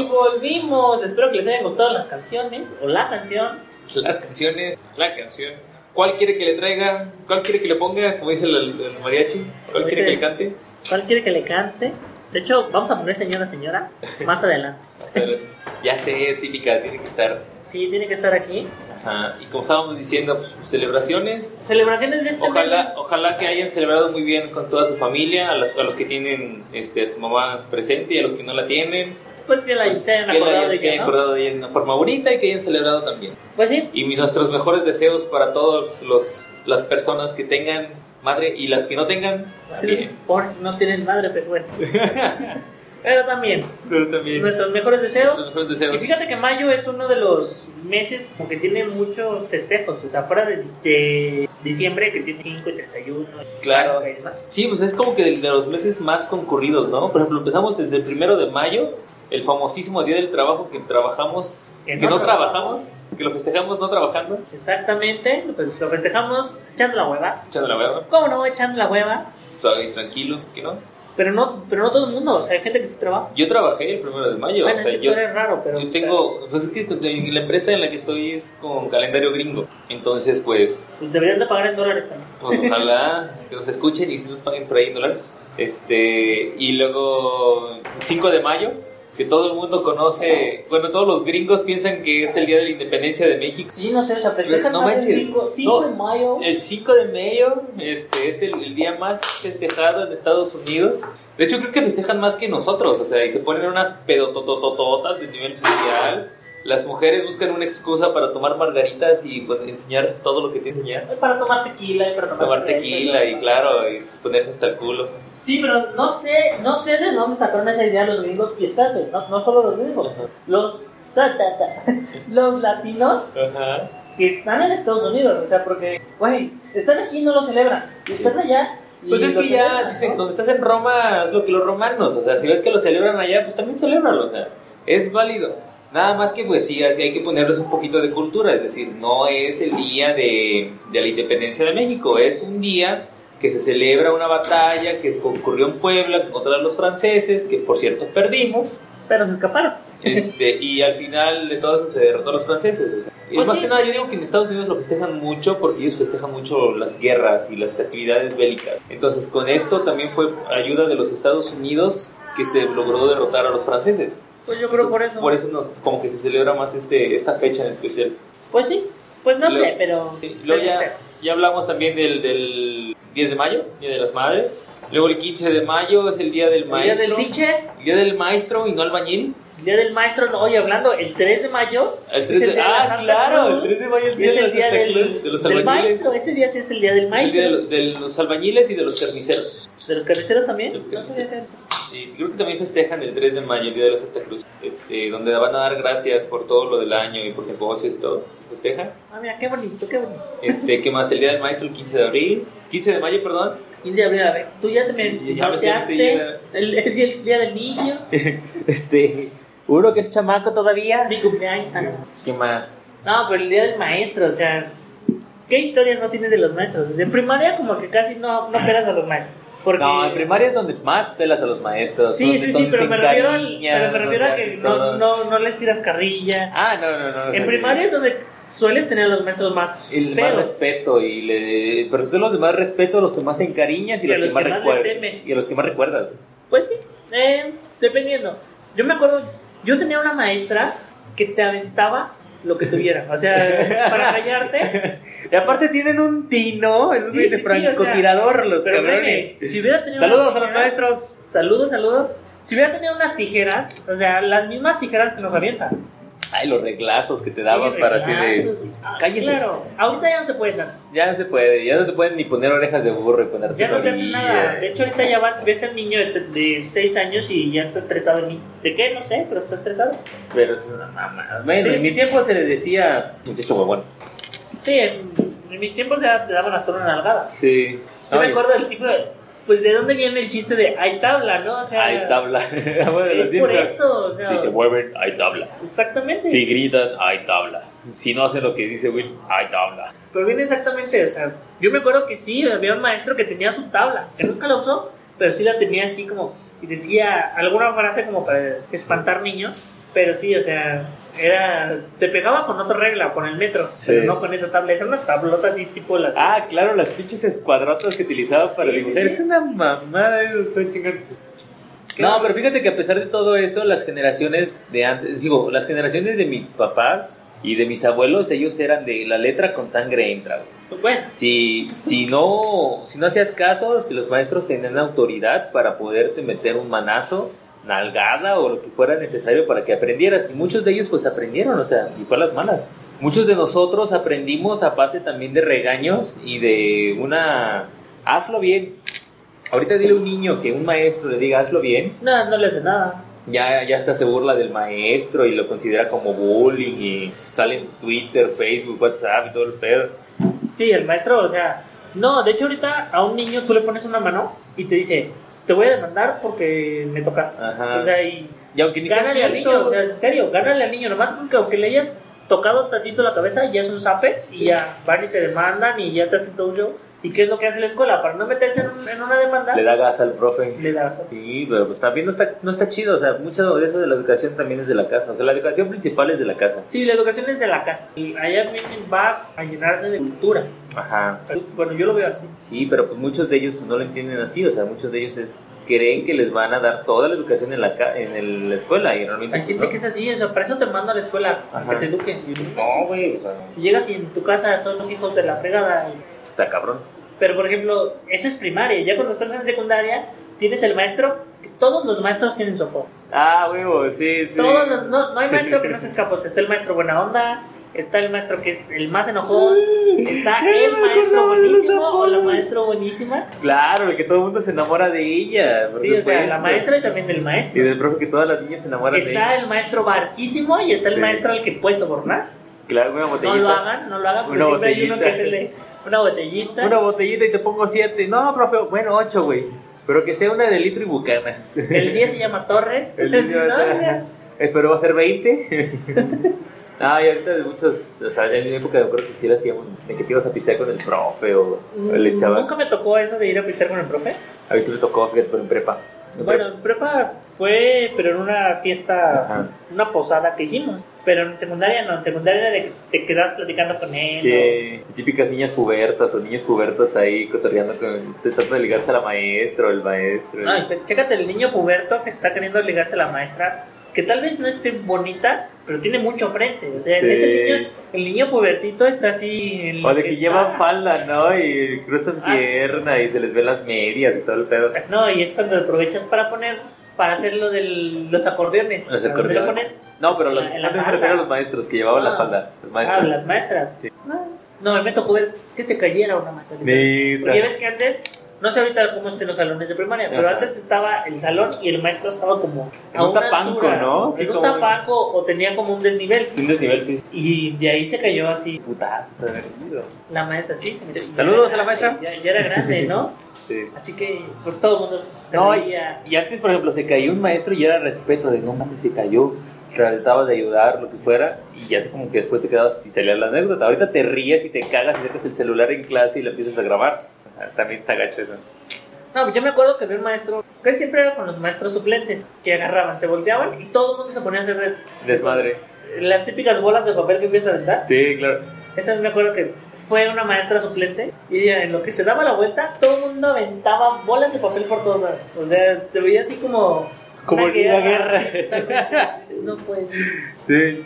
B: Y volvimos. Espero que les hayan gustado las canciones o la canción.
A: Las canciones, la canción. ¿Cuál quiere que le traiga? ¿Cuál quiere que le ponga? Como dice el, el mariachi. ¿Cuál
B: Como
A: quiere que le
B: dice-
A: cante?
B: ¿Cuál quiere que le cante? De hecho, vamos a poner señora, señora más adelante.
A: Hasta el- ya sé, es típica, tiene que estar.
B: Sí, tiene que estar aquí.
A: Ajá. Y como estábamos diciendo, pues, celebraciones.
B: Celebraciones de este
A: Ojalá,
B: mes.
A: ojalá que hayan celebrado muy bien con toda su familia, a los, a los que tienen este, a su mamá presente y a los que no la tienen.
B: Pues que la
A: Pues,
B: se hayan
A: que la
B: acordado
A: hayan-
B: de
A: que
B: que
A: hayan
B: no.
A: acordado de ella de una forma bonita y que hayan celebrado también.
B: Pues sí,
A: Y mis, nuestros mejores deseos para todas las personas que tengan madre y las que no tengan también.
B: Pobres no tienen madre, pero bueno. Pero también,
A: Pero también.
B: nuestros mejores
A: Nuestros
B: deseos.
A: mejores
B: Y
A: deseos.
B: fíjate que mayo es uno de los meses como que tiene muchos festejos. O sea, fuera de, de diciembre, que tiene 5 y 31. y
A: Claro.
B: Pascua y demás.
A: Sí, pues es como que de, de los meses más concurridos, ¿no? Por ejemplo, empezamos desde el primero de mayo, el famosísimo Día del Trabajo que trabajamos, que,
B: Que
A: no,
B: no
A: trabajamos, que lo festejamos no trabajando,
B: Exactamente, pues lo festejamos echando la hueva.
A: echando la verdad,
B: ¿Cómo no? Echando la hueva.
A: suave y tranquilos, que no.
B: Pero no, pero no todo el mundo, o sea, hay gente que sí trabaja.
A: Yo trabajé el primero de mayo,
B: bueno,
A: o
B: es
A: sea,
B: que tú
A: yo,
B: eres raro, pero.
A: yo tengo, pues es que de- la empresa en la que estoy es con calendario gringo, entonces pues,
B: Pues deberían de pagar en dólares también.
A: pues ojalá que nos escuchen y si nos paguen por ahí en dólares. Este, y luego 5 de mayo, que todo el mundo conoce, bueno, todos los gringos piensan que es el Día de la Independencia de México.
B: Sí, no sé, o sea, festejan
A: No
B: más el
A: manches.
B: 5 cinco
A: No.
B: de mayo.
A: El 5 de mayo este, es el, el día más festejado en Estados Unidos. De hecho, creo que festejan más que nosotros. O sea, y se ponen unas pedotototototas de nivel mundial. Las mujeres buscan una excusa para tomar margaritas y pues, enseñar todo lo que te enseñan.
B: Hay Para tomar tequila y para tomar,
A: Tomar
B: cerveza,
A: tequila y, claro, y ponerse hasta el culo.
B: Sí, pero no sé, no sé de dónde sacaron esa idea los gringos. Y espérate, no, no solo los gringos, los, ta, ta, ta, los latinos
A: Ajá.
B: que están en Estados Unidos. O sea, porque, güey, están aquí y no lo celebran. y Están allá. y
A: Pues es
B: lo
A: que ya
B: celebran,
A: dicen,
B: ¿no?
A: donde estás en Roma, haz lo que los romanos. O sea, si ves que lo celebran allá, pues también celébralo. O sea, es válido. Nada más que, pues sí, así hay que ponerles un poquito de cultura. Es decir, no es el día de, de la independencia de México. Es un día que se celebra una batalla que ocurrió en Puebla contra los franceses, que por cierto perdimos.
B: Pero se escaparon.
A: Este, y al final de todo eso se derrotó a los franceses. o sea. Y
B: Pues
A: más
B: sí.
A: que nada, yo digo que en Estados Unidos lo festejan mucho porque ellos festejan mucho las guerras y las actividades bélicas. Entonces, con esto también fue ayuda de los Estados Unidos que se logró derrotar a los franceses.
B: Pues yo creo por
A: Entonces,
B: eso.
A: Por eso nos, como que se celebra más este, esta fecha en especial.
B: Pues sí, pues no
A: Lo-
B: sé, pero.
A: Sí, luego
B: pero
A: ya, ya hablamos también del, del 10 de mayo, Día de las Madres. Luego el 15 de mayo es el Día del
B: El día
A: Maestro.
B: del teacher,
A: El Día del Maestro y no albañil.
B: el día del maestro, no, oye, hablando, el 3 de mayo
A: El 3
B: Es el
A: de,
B: día de la
A: ah,
B: Santa
A: claro, el
B: Cruz.
A: 3 de mayo es el día,
B: es el
A: de,
B: día
A: los
B: del,
A: albañiles, de los
B: del
A: albañiles.
B: maestro, ese día sí es el día del
A: Es el
B: maestro.
A: día de, los- de los albañiles y de los carniceros.
B: ¿De los carniceros también?
A: De los
B: No sabía que-
A: Y creo que también festejan el 3 de mayo, el día de la Santa Cruz, este, donde van a dar gracias por todo lo del año y por negocios y todo. Se festeja.
B: Ah, mira, qué bonito, qué bonito.
A: Este, ¿Qué más? El día del maestro, el 15 de abril. 15 de mayo, perdón.
B: 15 de abril, a ver, tú ya te me
A: Sí, ya me
B: norteaste,
A: estoy- estoy-
B: el, es el día del niño,
C: Este, uno que es chamaco todavía.
B: mi cumpleaños. ah, no.
C: ¿Qué más?
B: No, pero el día del maestro, o sea, ¿qué historias no tienes de los maestros? O sea, en primaria como que casi no, no pegas a los maestros. Porque...
A: Eh,
C: No, en primaria es donde más pelas a los maestros.
B: Sí,
C: donde-
B: sí, sí,
C: donde
B: pero
C: te
B: me refiero, al,
C: encariñas,
B: pero me refiero a
C: donde
B: que
C: haces
B: no,
C: todo.
B: no, no les tiras carrilla.
C: Ah, no, no, no. o sea,
B: En
C: sí.
B: primaria es donde sueles tener a los maestros más
C: El más
B: feos.
C: respeto y le, pero tú los demás respeto a los que más te encariñas y,
B: Y a
C: los,
B: los
C: que más
B: que más les
C: recuerdas
B: temes.
C: y a los que más recuerdas.
B: Pues sí, eh, dependiendo. Yo me acuerdo, yo tenía una maestra que te aventaba lo que tuviera, o sea, para callarte.
C: Y aparte tienen un tino, es
B: Sí, sí,
C: de
B: sí,
C: francotirador los
B: Pero
C: cabrones.
B: créeme, si hubiera tenido
C: Saludos
B: unas
C: a los
B: tijeras-
C: maestros.
B: Saludos, saludos. Si hubiera tenido unas tijeras, o sea, las mismas tijeras que nos avientan.
C: Ay, los reglazos que te daban para así de.
B: reglazos. Ah,
C: cállese.
B: Claro, ahorita ya no se puede tanto.
C: Ya no se puede, ya no te pueden ni poner orejas de burro y ponerte
B: Ya no te hacen
C: rodilla.
B: nada. ¿eh? De hecho, ahorita ya vas, ves al niño de, de 6 años y ya está estresado. el niño. ¿De qué? No sé, pero está estresado.
C: Pero eso es una mamada. Bueno,
B: Sí,
C: en mi
B: sí.
C: tiempo se le decía. Muchacho huevón.
B: Sí, en, en mis tiempos ya te daban hasta una nalgada.
C: Sí.
B: Yo me
C: Ay,
B: acuerdo del tipo de. Pues de dónde viene el chiste de hay tabla, ¿no? O sea,
C: Hay tabla. Bueno, los
B: es por
C: Simpsons.
B: eso. O sea,
C: Si se mueven, hay tabla.
B: exactamente.
C: Si gritan, hay tabla. Si no hacen lo que dice Will, hay tabla.
B: Pero viene exactamente. O sea, yo me acuerdo que sí, había un maestro que tenía su tabla, que nunca la usó, pero sí la tenía así como. y decía alguna frase como para espantar niños, pero sí, o sea, era te pegaba con otra regla, con el metro,
H: Sí.
B: pero no con esa tabla, esa una tablota así tipo la
H: Ah, claro, las pinches escuadrotas que utilizaba para
B: Sí,
H: dibujar.
B: sí, sí.
H: Es una mamada, eso estoy chingando.
A: No, pero fíjate que a pesar de todo eso, las generaciones de antes, digo, las generaciones de mis papás y de mis abuelos, ellos eran de la letra con sangre entra. güey.
B: bueno,
A: Si, si, no, si no hacías caso, si los maestros tenían autoridad para poderte meter un manazo, nalgada o lo que fuera necesario para que aprendieras. Y muchos de ellos pues aprendieron, o sea, y fue a las malas. Muchos de nosotros aprendimos a base también de regaños y de una... Hazlo bien. Ahorita dile a un niño que un maestro le diga hazlo bien,
B: no, no le hace nada.
A: ya, ya hasta se burla del maestro y lo considera como bullying y sale en Twitter, Facebook, WhatsApp y todo el pedo.
B: Sí, el maestro, o sea, no, de hecho ahorita a un niño tú le pones una mano y te dice, te voy a demandar porque me tocaste.
A: Ajá.
B: O sea, y
A: Y aunque ni sea
B: Gánale al
A: cierto,
B: niño, o sea, en serio, gánale al niño. Nomás con que aunque le hayas tocado tantito la cabeza, ya es un zape y ya van y te demandan y ya te hacen todo un show. ¿Y qué es lo que hace la escuela? Para no meterse en, un- en una demanda,
A: le da gas al profe.
B: le das.
A: Sí, pero pues también no está, no está chido, o sea, mucho de eso de la educación también es de la casa, o sea, la educación principal es de la casa.
B: Sí, la educación es de la casa. Y allá vienen, va a llenarse de cultura.
A: Ajá.
B: Bueno, yo lo veo así.
A: Sí, pero pues muchos de ellos pues, no lo entienden así, o sea, muchos de ellos es, creen que les van a dar toda la educación en la, ca- en el- la escuela y realmente
B: Hay
A: pues,
B: gente
A: no.
B: que es así, o sea, para eso te manda a la escuela,
A: Ajá.
B: que te eduques. Y yo digo,
A: No, güey, o sea, no,
B: Si llegas y en tu casa son los hijos de la fregada y
A: está cabrón.
B: Pero, por ejemplo, eso es primaria. Ya cuando estás en secundaria, tienes el maestro. Todos los maestros tienen su apodo.
A: Ah, huevo, sí, sí.
B: Todos los- no, no hay maestro que no se escape. O sea, está el maestro buena onda, está el maestro que es el más enojón, está el maestro buenísimo o la maestra buenísima.
A: Claro, el que todo el mundo se enamora de ella. por
B: Sí, o sea,
A: supuesto.
B: la maestra y también el
A: Y
B: maestro.
A: del profe que todas las niñas se enamoran de
B: Está
A: ella.
B: el maestro barquísimo y está el
A: Sí.
B: maestro al que puedes sobornar.
A: Claro, una
B: No
A: botellita.
B: lo hagan, no lo hagan, porque
A: Una
B: siempre hay uno que
A: botellita.
B: se le... Una botellita.
A: Una botellita y te pongo siete. No, profe, bueno, ocho, güey. Pero que sea una de litro y bucanas.
B: El 10 se llama Torres.
A: El niño
B: Si no,
A: está-
B: ya.
A: Espero Eh, va a ser 20. Ah, y ahorita de muchos, o sea, en mi época yo creo que sí lo hacíamos, de que te ibas a pistear con el profe o, o le echabas.
B: Mm, Nunca me tocó eso de ir a pistear con el profe.
A: A mí sí me tocó, fíjate, pero en prepa. En
B: Bueno, en prepa fue, pero en una fiesta,
A: Ajá.
B: una posada que hicimos. Pero en secundaria no, en secundaria era de que te quedas platicando con él.
A: Sí, típicas niñas pubertas o niños pubertos ahí cotorreando con. tratando de ligarse a la maestra o el maestro.
B: o- Ay, pero chécate el niño puberto que está queriendo ligarse a la maestra, que tal vez no esté bonita, pero tiene mucho frente. O sea,
A: Sí.
B: ese niño, el niño pubertito está así. el
A: o de que
B: está-
A: llevan falda, ¿no? Y cruzan
B: Ah.
A: pierna y se les ven las medias y todo el pedo.
B: No, y es cuando aprovechas para poner, para hacer lo de los acordeones.
A: Los
B: Cuando
A: acordeones.
B: le pones
A: No, pero
B: En
A: los,
B: la- en la
A: no me
B: falda.
A: refiero a los maestros que llevaban la
B: Ah.
A: falda. Los
B: Ah,
A: maestros.
B: las maestras.
A: Sí.
B: Ah, No, me tocó ver que se cayera una maestra.
A: Neta.
B: Porque ya ves que antes, no sé ahorita cómo estén los salones de primaria, pero
A: Ajá.
B: antes estaba el salón y el maestro estaba como
A: En un
B: una
A: tapanco, ¿no?
B: En
A: Sí,
B: un
A: como-
B: tapanco o tenía como un desnivel.
A: Un desnivel, sí.
B: Y de ahí se cayó así
A: Putazos, a ver, mira.
B: la maestra, sí. se metió. Y ya
A: Saludos
B: era
A: a la maestra.
B: grande, Ya, ya era grande, ¿no?
A: Sí.
B: Así que por todo el mundo se
A: No, y,
B: veía.
A: y antes, por ejemplo, se cayó un maestro y era respeto de no mames, se cayó. Tratabas de ayudar, lo que fuera, y ya es como que después te quedabas y salía la anécdota. Ahorita te ríes y te cagas y sacas el celular en clase y la empiezas a grabar. Ajá, También está gacho eso.
B: No, yo me acuerdo que había un maestro, que siempre era con los maestros suplentes, que agarraban, se volteaban y todo el mundo se ponía a hacer de-
A: Desmadre.
B: Las típicas bolas de papel que empiezas a aventar,
A: Sí, claro.
B: esa me acuerdo que fue una maestra suplente y ella, en lo que se daba la vuelta, todo el mundo aventaba bolas de papel por todos lados. O sea, se veía así como.
A: Como
B: una
A: en una guerra.
B: totalmente. Dices, no pues, puede ser.
A: Sí.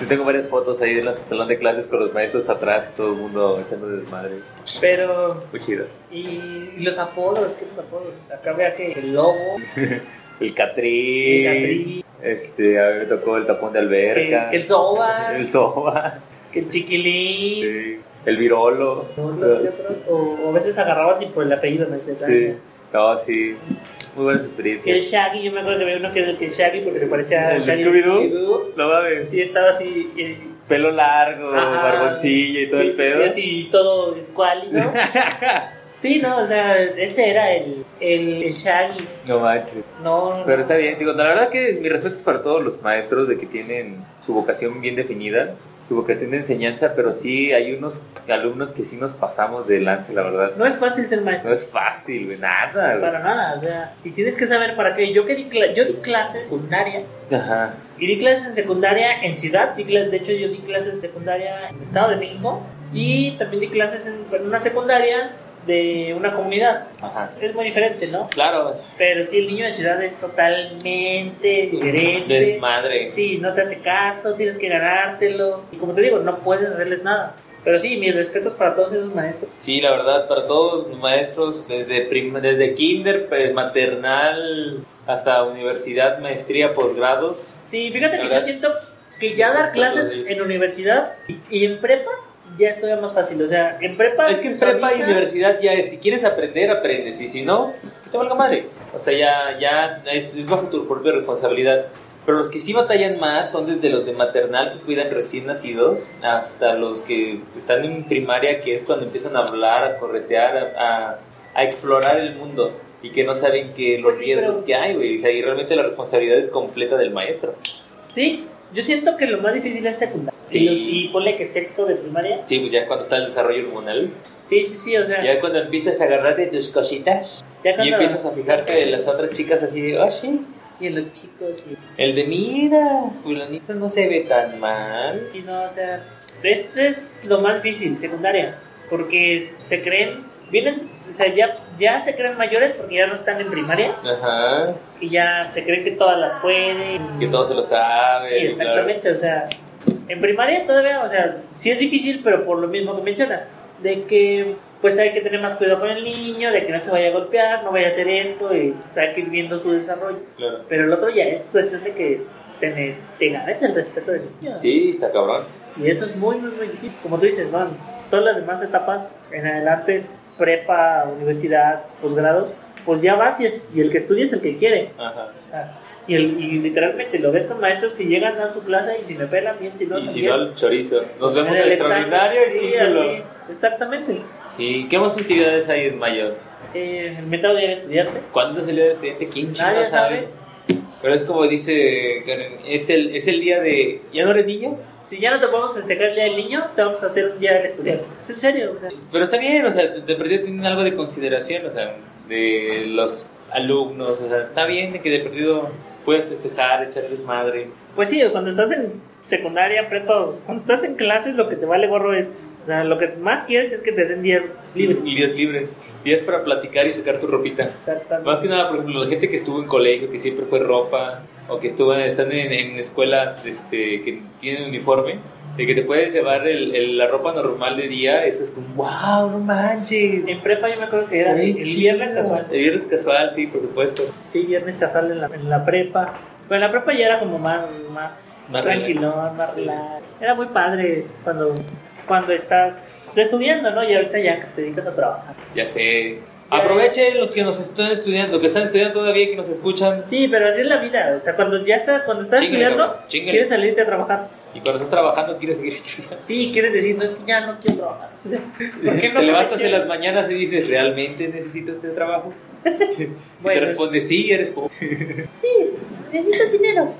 A: Yo tengo varias fotos ahí en el salón de clases con los maestros atrás y todo el mundo echando desmadre.
B: Pero.
A: Muy chido.
B: Y los apodos, ¿qué los apodos? Acá vea que el lobo,
A: El
B: el
A: catrín.
B: catrín,
A: Este, a mí me tocó el tapón de
B: que-
A: alberca.
B: que el soba,
A: el soba.
B: que el chiquilín.
A: Sí. El virolo.
B: No, no, no, no, o, o a veces agarrabas y por el apellido me decías,
A: Sí.
B: "Ah,
A: No, sí. Muy buenas
B: Que el
A: experiencias.
B: Shaggy, yo me acuerdo que había uno que era el que el Shaggy porque se parecía a
A: ¿El
B: Shaggy
A: Scooby-Doo?
B: Scooby-Doo.
A: No mames.
B: Sí, estaba así. eh,
A: Pelo largo,
B: ajá,
A: barboncillo y todo
B: sí,
A: el
B: sí,
A: pedo.
B: Sí, así todo escuálido. sí, no, o sea, ese era el, el, el Shaggy.
A: No manches.
B: No, no,
A: Pero está bien, digo, la verdad que mi respeto es para todos los maestros de que tienen su vocación bien definida
I: su vocación de enseñanza, pero sí hay unos alumnos que sí nos pasamos de lance, la verdad.
B: No es fácil ser maestro.
I: No es fácil, güey, nada. güey.
B: Para nada, o sea, y tienes que saber para qué. Yo que di, cla- yo di clases en secundaria,
I: Ajá.
B: y di clases en secundaria en ciudad, di cla- de hecho yo di clases en secundaria en el Estado de México, y también di clases en, en una secundaria de una comunidad.
I: Ajá.
B: Es muy diferente, ¿no?
A: Claro,
B: Pero sí, el niño de ciudad es totalmente diferente.
A: desmadre.
B: Sí, no te hace caso, tienes que ganártelo. Y como te digo, no puedes hacerles nada. Pero sí, mis respetos para todos esos maestros.
A: Sí, la verdad, para todos los maestros, desde, prim- desde kinder, pues, maternal, hasta universidad, maestría, posgrados.
B: Sí, fíjate que
A: ¿Verdad?
B: yo siento que ya dar clases
A: Sí.
B: en universidad y, y en prepa ya estudia más fácil. O sea, en prepa.
A: Es que en prepa y
B: suaviza-
A: universidad ya es, si quieres aprender, aprendes, y si no, que te valga madre. O sea, ya, ya es, es bajo tu propia responsabilidad. Pero los que sí batallan más son desde los de maternal que cuidan recién nacidos hasta los que están en primaria, que es cuando empiezan a hablar, a corretear, a, a- a explorar el mundo y que no saben que los
B: Pues sí,
A: riesgos
B: pero-
A: que hay, güey. O sea, y realmente la responsabilidad es completa del maestro.
B: Sí, yo siento que lo más difícil es secundaria.
A: Sí.
B: Y, los- y ponle que sexto de primaria.
A: Sí, pues ya cuando está el desarrollo hormonal,
B: Sí, sí, sí, o sea.
A: ya cuando empiezas a agarrarte tus cositas
B: ya
A: y
B: cuando-
A: empiezas a fijarte en las otras chicas así de, oye,
B: Y en los chicos. Y,
A: El de mira, fulanito no se ve tan mal.
B: y no, o sea. Este es lo más difícil, secundaria. Porque se creen. Vienen, o sea, ya, ya se creen mayores porque ya no están en primaria.
A: Ajá.
B: Y ya se creen que todas las pueden.
A: Que todo se lo
B: Sí,
A: sabe. claro.
B: exactamente, o sea, en primaria todavía, o sea, sí es difícil, pero por lo mismo que mencionas, de que pues hay que tener más cuidado con el niño, de que no se vaya a golpear, no vaya a hacer esto, y o sea, hay que ir viendo su desarrollo.
A: Claro.
B: Pero el otro ya es cuestión de que tener, te ganes el respeto del niño.
A: Sí, está cabrón.
B: Y eso es muy, muy, muy difícil. Como tú dices, van, todas las demás etapas en adelante, prepa, universidad, posgrados, pues ya vas y, es- y el que estudia es el que quiere.
A: Ajá.
B: Y, el- y literalmente lo ves con maestros que llegan, dan su clase y si me pelan bien, si no,
A: Y si
B: también.
A: no, el chorizo. Nos vemos
B: En
A: en
B: el
A: el
B: examen,
A: extraordinario y
B: sí,
A: título.
B: así, Exactamente.
A: Sí, ¿qué más festividades hay en mayo?
B: Eh, el método de estudiante.
A: ¿Cuándo es el día del estudiante? ¿Quién chinga
B: Nadie
A: sabe?
B: sabe.
A: Pero es como dice Karen, es el, es el día de. ¿Ya no eres niño?
B: Si ya no te podemos festejar el día del niño, te vamos a hacer un día del estudiante. Es en serio. o sea,
A: Pero está bien, o sea, de de perdido tienen algo de consideración, o sea, de los alumnos, o sea, está bien de que de perdido puedes festejar, echarles madre.
B: pues sí, cuando estás en secundaria, prepa, o cuando estás en clases, lo que te vale gorro es. O sea, lo que más quieres es que te den días libres.
A: Y días libres. Días para platicar y sacar tu ropita.
B: Exactamente.
A: Más que nada, por ejemplo, la gente que estuvo en colegio, que siempre fue ropa, o que estuvo, están en, en escuelas este, que tienen uniforme, de que te puedes llevar el- el- la ropa normal de día, eso es como, wow, no manches.
B: En prepa yo me acuerdo que era
A: Está bien
B: el
A: chido.
B: viernes casual.
A: El viernes casual, sí, por supuesto.
B: Sí, viernes casual en la, en la prepa. Pero en la prepa ya era como más, más,
A: Más
B: tranquilón, más relax. Era muy padre cuando, cuando estás estudiando, ¿no? Y ahorita ya que te dedicas a trabajar.
A: Ya sé. Aprovechen los que nos están estudiando, que están estudiando todavía, que nos escuchan.
B: Sí, pero así es la vida. O sea, cuando ya está, cuando estás
A: Chíngale,
B: estudiando,
A: cabrón, chíngale.
B: quieres salirte a trabajar.
A: Y cuando estás trabajando, quieres seguir estudiando.
B: Sí, quieres decir, no, es que ya no quiero trabajar. ¿Por qué no?
A: Te levantas
B: Porque-
A: en las mañanas y dices, ¿realmente necesito este trabajo? Y
B: Bueno.
A: te responde, sí, eres pobre.
B: Sí, necesitas dinero.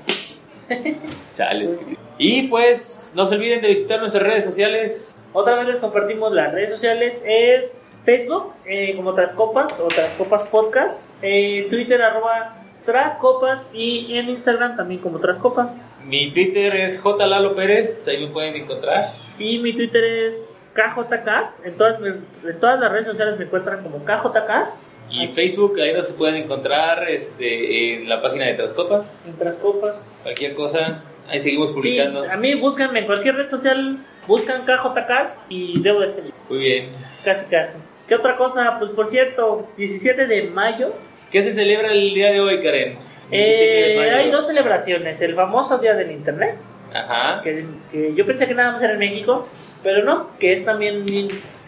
A: Chale.
B: Pues sí.
A: Y pues, no se olviden de visitar nuestras redes sociales.
B: Otra vez les compartimos las redes sociales, es Facebook eh, como Tras Copas o Tras Copas Podcast, eh, Twitter arroba Tras Copas y en Instagram también como Tras Copas.
A: Mi Twitter es JLalo Pérez, ahí me pueden encontrar.
B: Y mi Twitter es KJCast, en todas, mis- en todas las redes sociales me encuentran como KJCast,
A: Y Facebook, ahí nos pueden encontrar este, en la página de Trascopas.
B: en Tras Copas.
A: Cualquier cosa, ahí seguimos
B: Sí,
A: publicando.
B: a mí búscanme en cualquier red social, buscan KJCast y debo de ser
A: Muy bien.
B: casi casi. ¿Qué otra cosa? Pues por cierto, 17 de mayo
A: ¿Qué se celebra el día de hoy, Karen? 17 de
B: Eh,
A: mayo.
B: hay dos celebraciones, el famoso Día del Internet,
A: Ajá.
B: que, que yo pensé que nada más era en México, pero no, que es también,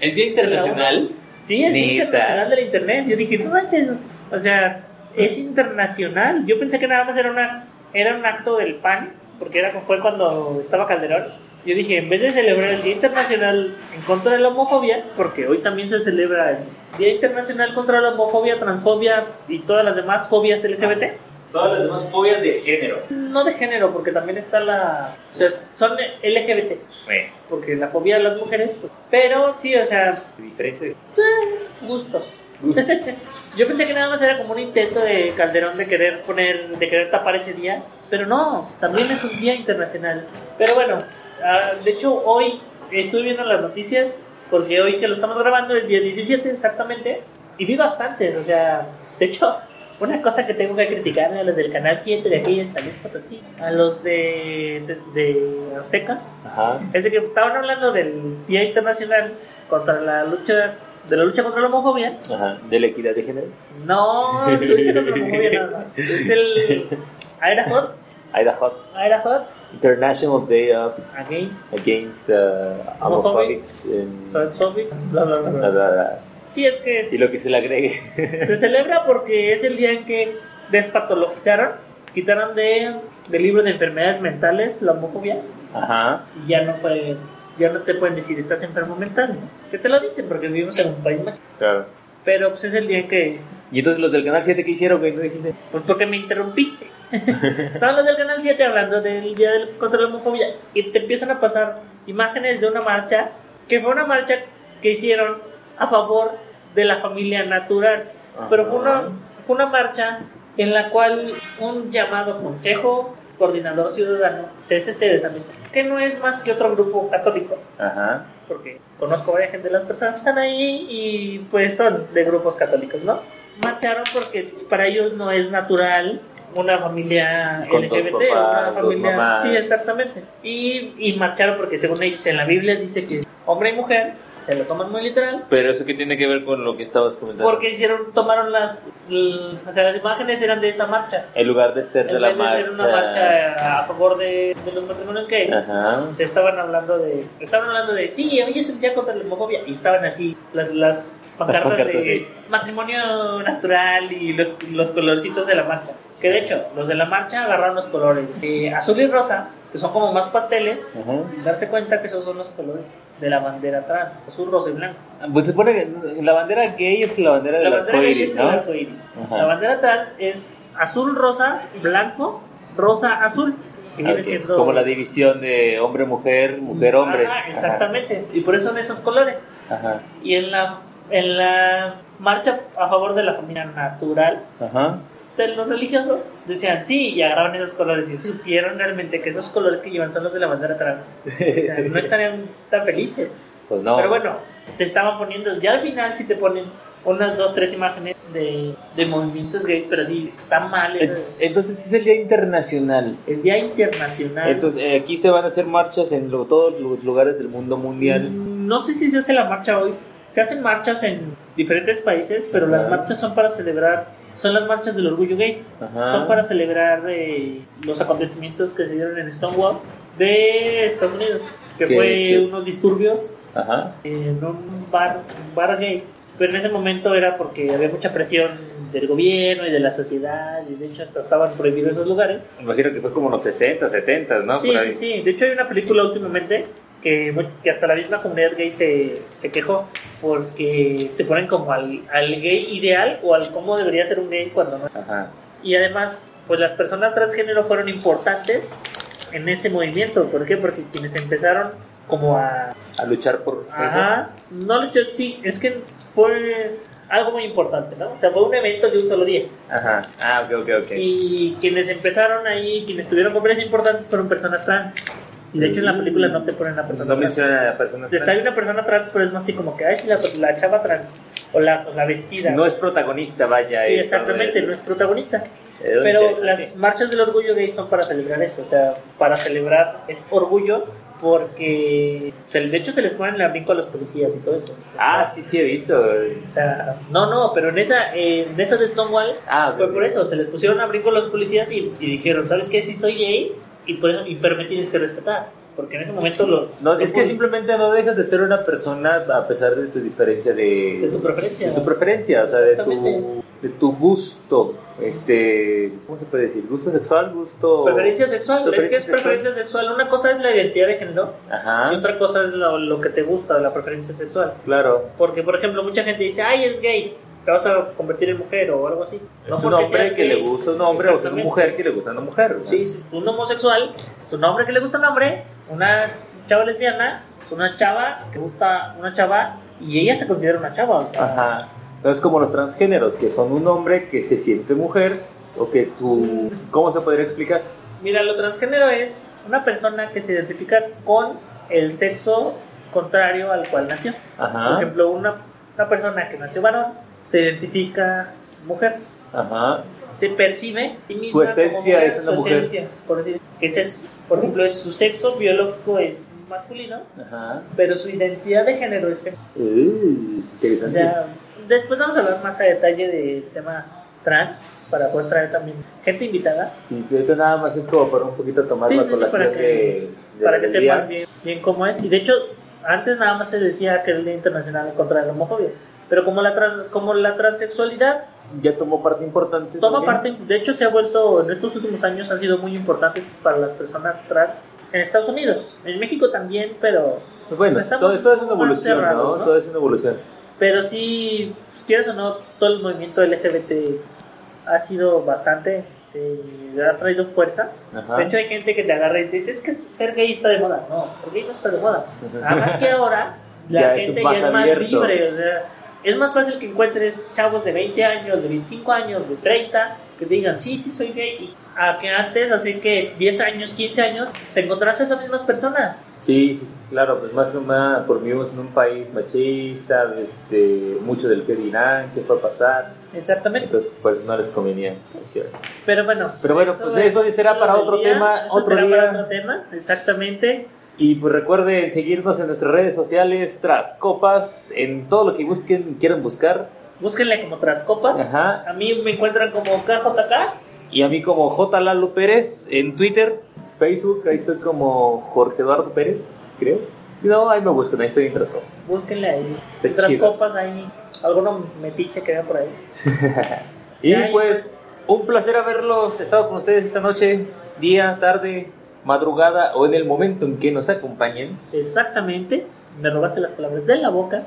A: ¿Es Día Internacional?
B: sí, es Día
I: Neta.
B: internacional del Internet. Yo dije, no manches, o sea, es internacional. Yo pensé que nada más era, una, era un acto del PAN, porque era, fue cuando estaba Calderón. Yo dije, en vez de celebrar el Día Internacional en contra de la homofobia, porque hoy también se celebra el Día Internacional contra la homofobia, transfobia y todas las demás fobias LGBT,
C: Todas las demás fobias de género.
B: No de género, porque también está la. O sea, son LGBT,
C: Bueno,
B: porque la fobia de las mujeres, pues. Pero sí, o sea,
C: diferencia de
B: Eh, gustos.
C: gustos.
B: Yo pensé que nada más era como un intento de Calderón de querer poner, de querer tapar ese día, pero no, también es un día internacional. Pero bueno, ah, de hecho hoy estuve viendo las noticias, porque hoy que lo estamos grabando es día 17 exactamente, y vi bastantes, o sea, de hecho, una cosa que tengo que criticar a los del Canal 7 de aquí en San Luis Potosí, a los de, de, de Azteca,
C: Ajá.
B: es de que pues, estaban hablando del Día Internacional contra la lucha, de la lucha contra la homofobia,
C: Ajá. De la equidad de género.
B: no, lucha contra la homofobia nada más. Es el Idaho,
C: Idaho.
B: Idaho
C: International Day of
B: against
C: Against uh, Homophobics. and-
B: transphobic, bla bla bla. bla.
C: Bla, bla, bla.
B: Sí, es que
C: Y lo que se le agregue.
B: se celebra porque es el día en que despatologizaron, quitaron de del libro de enfermedades mentales la homofobia
C: Ajá.
B: y ya no fue ya no te pueden decir estás enfermo mental, ¿no? que te lo dicen porque vivimos en un país más.
C: Claro.
B: Pero pues es el día en que
C: Y entonces los del canal 7 que hicieron, güey, no dijiste.
B: Pues porque me interrumpiste. Estaban los del Canal 7 hablando del Día del- contra la Homofobia y te empiezan a pasar imágenes de una marcha que fue una marcha que hicieron a favor de la familia natural. Pero fue una, fue una marcha en la cual un llamado consejo, coordinador ciudadano, CCC de San Luis, que no es más que otro grupo católico,
C: Ajá.
B: porque conozco varias gente de las personas que están ahí y pues son de grupos católicos, ¿no? Marcharon porque para ellos no es natural una familia
C: Con dos
B: LGBT,
C: papás,
B: una
C: dos
B: familia...
C: mamás.
B: sí, exactamente. Y, y marcharon porque según ellos en la Biblia dice que hombre y mujer se lo toman muy literal.
C: Pero eso que tiene que ver con lo que estabas comentando.
B: Porque hicieron, tomaron las, l- o sea, las imágenes eran de esta marcha.
C: En lugar de ser de
B: en
C: la
B: vez de
C: marcha.
B: ser una marcha a favor de, de los matrimonios gay,
C: Ajá.
B: se estaban hablando de estaban hablando de sí hoy es el día contra la homofobia y estaban así las las pancartas,
C: pancartas
B: de,
C: de-
B: matrimonio natural y los, los colorcitos de la marcha que de hecho los de la marcha agarraron los colores eh, azul y rosa que son como más pasteles
C: Ajá.
B: sin darse cuenta que esos son los colores de la bandera trans azul rosa y blanco
C: Pues se supone que la bandera gay es la bandera
B: la
C: del
B: bandera gay
C: arcoíris,
B: es el
C: ¿no?
B: arco iris.
C: Ajá.
B: la bandera trans es azul rosa blanco rosa azul que
C: Ah,
B: viene
C: ok.
B: siendo
C: Como la división de hombre-mujer, mujer-hombre.
B: Ajá, exactamente y por eso son esos colores
C: Ajá.
B: y en la, en la marcha a favor de la familia natural
C: Ajá.
B: de los religiosos decían sí y agarraban esos colores y supieron realmente que esos colores que llevan son los de la bandera trans o sea, no estarían tan felices
C: Pues no.
B: pero bueno te estaban poniendo ya al final si te ponen unas dos tres imágenes de, de movimientos gay pero sí está mal eso.
C: En- Entonces es el Día Internacional.
B: es día internacional
C: Entonces eh, aquí se van a hacer marchas en lo- todos los lugares del mundo mundial.
B: No sé si se hace la marcha hoy. Se hacen marchas en diferentes países, pero las
C: Ajá.
B: marchas son para celebrar, son las marchas del orgullo gay.
C: Ajá.
B: Son para celebrar eh, los acontecimientos que se dieron en Stonewall de Estados Unidos, que
C: Que
B: fue
C: es-
B: unos disturbios
C: Ajá.
B: en un bar, un bar gay. Pero en ese momento era porque había mucha presión del gobierno y de la sociedad, y de hecho hasta estaban prohibidos esos lugares.
I: Imagino que fue como los 60, 70, ¿no?
B: Sí,
I: Por ahí.
B: sí, sí. De hecho, hay una película últimamente que, mu- que hasta la misma comunidad gay se, se quejó porque te ponen como al, al gay ideal o al cómo debería ser un gay cuando no.
I: Ajá.
B: Y además, pues las personas transgénero fueron importantes en ese movimiento. ¿Por qué? Porque quienes empezaron como a
C: A luchar por
B: Ajá. No lo echó- sí, es que fue algo muy importante, ¿no? O sea, fue un evento de un solo día.
C: eso. Ajá. Ah, ok, ok, ok.
B: Y quienes empezaron ahí, quienes tuvieron papeles importantes fueron personas trans. Y de hecho en la película no te ponen a persona
C: No
B: trans.
C: menciona a personas
B: Se está
C: trans.
B: ahí una persona trans, pero es más así como que, ay, sí, la, la chava trans. O la, o la vestida.
C: No es protagonista, vaya.
B: sí,
C: eh,
B: exactamente, no es protagonista.
C: Eh,
B: Pero
C: interesante.
B: las marchas del orgullo gay son para celebrar eso, o sea, para celebrar es orgullo porque se, de hecho se les ponen el brinco a los policías y todo eso.
C: Ah, sí, sí, he visto.
B: O sea, no, no, pero en esa, eh, en esa de Stonewall
C: Ah,
B: fue
C: ok.
B: por eso, se les pusieron a brinco los policías y, y dijeron, ¿sabes qué? Si soy gay y por eso, y pero me tienes que respetar, porque en ese momento lo...
C: No,
B: lo
C: es que
B: pudi-
C: simplemente no dejas de ser una persona a pesar de tu diferencia de,
B: De tu preferencia.
C: de tu preferencia, o sea, de tu,
B: Exactamente.
C: de tu gusto, este, ¿cómo se puede decir? ¿Gusto sexual? ¿Gusto...?
B: Preferencia sexual, es que
C: Preferencia Ah.
B: es preferencia sexual. Una cosa es la identidad de género y
C: Ajá,
B: otra cosa es lo, lo que te gusta, la preferencia sexual.
C: claro.
B: Porque, por ejemplo, mucha gente dice, ay, es gay. te vas a convertir en mujer o algo así.
I: Es un
B: porque
I: hombre
B: seas
I: que
B: gay.
I: le gusta un hombre o es una
B: Exactamente.
I: mujer que le gusta a una mujer. ¿no?
B: Sí, sí, sí. un homosexual, es un hombre que le gusta un hombre, una chava lesbiana, es una chava que gusta una chava y ella se considera una chava. O sea,
C: Ajá. No es como los transgéneros, que son un hombre que se siente mujer o que tú... ¿Cómo se podría explicar?
B: Mira, lo transgénero es una persona que se identifica con el sexo contrario al cual nació. Por
C: Ajá.
B: ejemplo, una, una persona que nació varón se identifica mujer,
C: Ajá.
B: se percibe sí misma
C: Su esencia
B: como
C: es una
B: su
C: mujer.
B: esencia, por decir, que ese es, por ejemplo, es su sexo biológico es masculino,
C: Ajá.
B: pero su identidad de género es femenina.
C: Eh, interesante.
B: O sea, después vamos a hablar más a detalle del tema trans para poder traer también gente invitada
C: Sí, pero esto nada más es como para un poquito tomar
B: Sí,
C: la
B: sí, sí, para
C: colación
B: que-
C: de, de
B: para que
C: del día.
B: sepan bien, bien cómo es. Y de hecho, antes nada más se decía que era el Día Internacional contra la Homofobia. Pero como la, tran- como la transexualidad
C: Ya tomó parte importante.
B: toma
C: también.
B: parte, de hecho se ha vuelto, en estos últimos años han sido muy importantes para las personas trans en Estados Unidos, en México también, pero,
C: Pues Bueno,
B: Estamos
C: todo, todo es una
B: más
C: evolución,
B: cerrados,
C: ¿no?
B: ¿no?
C: Todo es una evolución.
B: pero sí, quieres o no, todo el movimiento LGBT ha sido bastante, eh, ha traído fuerza.
C: Ajá.
B: De hecho, hay gente que te agarra y te dice, es que ser gay está de moda. No, ser gay no está de moda. Nada más que ahora la
C: Ya es
B: gente
C: más
B: ya es más
C: abierto.
B: libre. O sea, es más fácil que encuentres chavos de 20 años, de 25 años, de 30, que te digan, sí, sí, soy gay. Y a que antes, así que 10 años, 15 años, te encontrarás a esas mismas personas.
C: Sí, sí, sí, claro, pues más que nada, por vivimos en un país machista, este, mucho del que dirán, qué fue a pasar,
B: Exactamente.
C: entonces pues no les convenía.
B: Pero bueno.
C: Pero bueno, pues, eso sí será
B: lo
C: para
B: del
C: otro
B: día,
C: tema,
B: eso
C: otro
B: será
C: día.
B: para otro tema, exactamente.
C: Y pues recuerden seguirnos en nuestras redes sociales, tras copas, en todo lo que busquen, quieran buscar.
B: Búsquenle como Trascopas.
C: Ajá.
B: A mí me encuentran como KJK.
C: Y a mí como J. Lalo Pérez en Twitter, Facebook, ahí estoy como Jorge Eduardo Pérez, creo. Y No, ahí me buscan, ahí estoy en tras copas.
B: Búsquenle ahí.
C: Está
B: otras
C: chido.
B: copas ahí. Alguno metiche que vea por ahí.
C: Y
B: Ya, ya.
C: pues, un placer haberlos estado con ustedes esta noche, día, tarde, madrugada o en el momento en que nos acompañen.
B: Exactamente. Me robaste las palabras de la boca.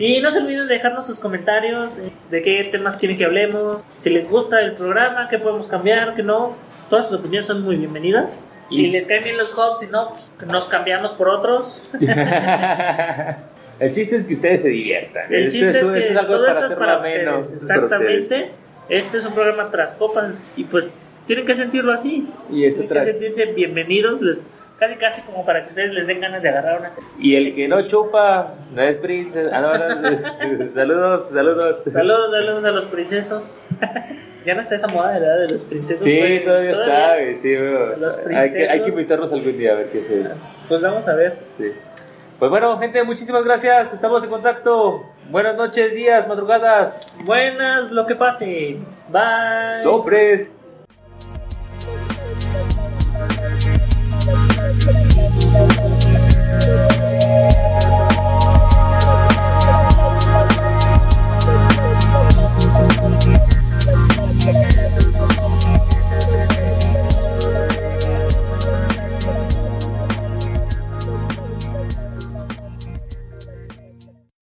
B: y no se olviden de dejarnos sus comentarios eh, de qué temas quieren que hablemos, si les gusta el programa, qué podemos cambiar, qué no. Todas sus opiniones son muy bienvenidas.
C: Y-
B: Si les caen bien los hubs, si no, pues, nos cambiamos por otros.
C: el chiste es que ustedes se diviertan.
B: El
C: Este
B: chiste es que
C: este
B: todo esto es
C: hacerlo
B: para
C: ameno,
B: ustedes.
C: esto es para ustedes.
B: Exactamente. Este es un programa tras copas y pues tienen que sentirlo así.
C: Y, es
B: Tienen que
C: otra-
B: sentirse bienvenidos. les- casi, casi como para que ustedes les den ganas de agarrar una
C: y el que no chupa, no es princesa. Ah, no, no, es- saludos, saludos.
B: Saludos, saludos a los princesos. ya no está esa moda de la edad de los princesos.
C: Sí,
B: güey.
C: todavía está, güey, sí, güey.
B: Los
C: hay, que, hay que
B: princesos.
C: invitarnos algún día a ver qué se...
B: Pues vamos a ver.
C: Sí. Pues bueno, gente, muchísimas gracias. Estamos en contacto. Buenas noches, días, madrugadas.
B: Buenas, lo que pase. Bye.
C: Sobres.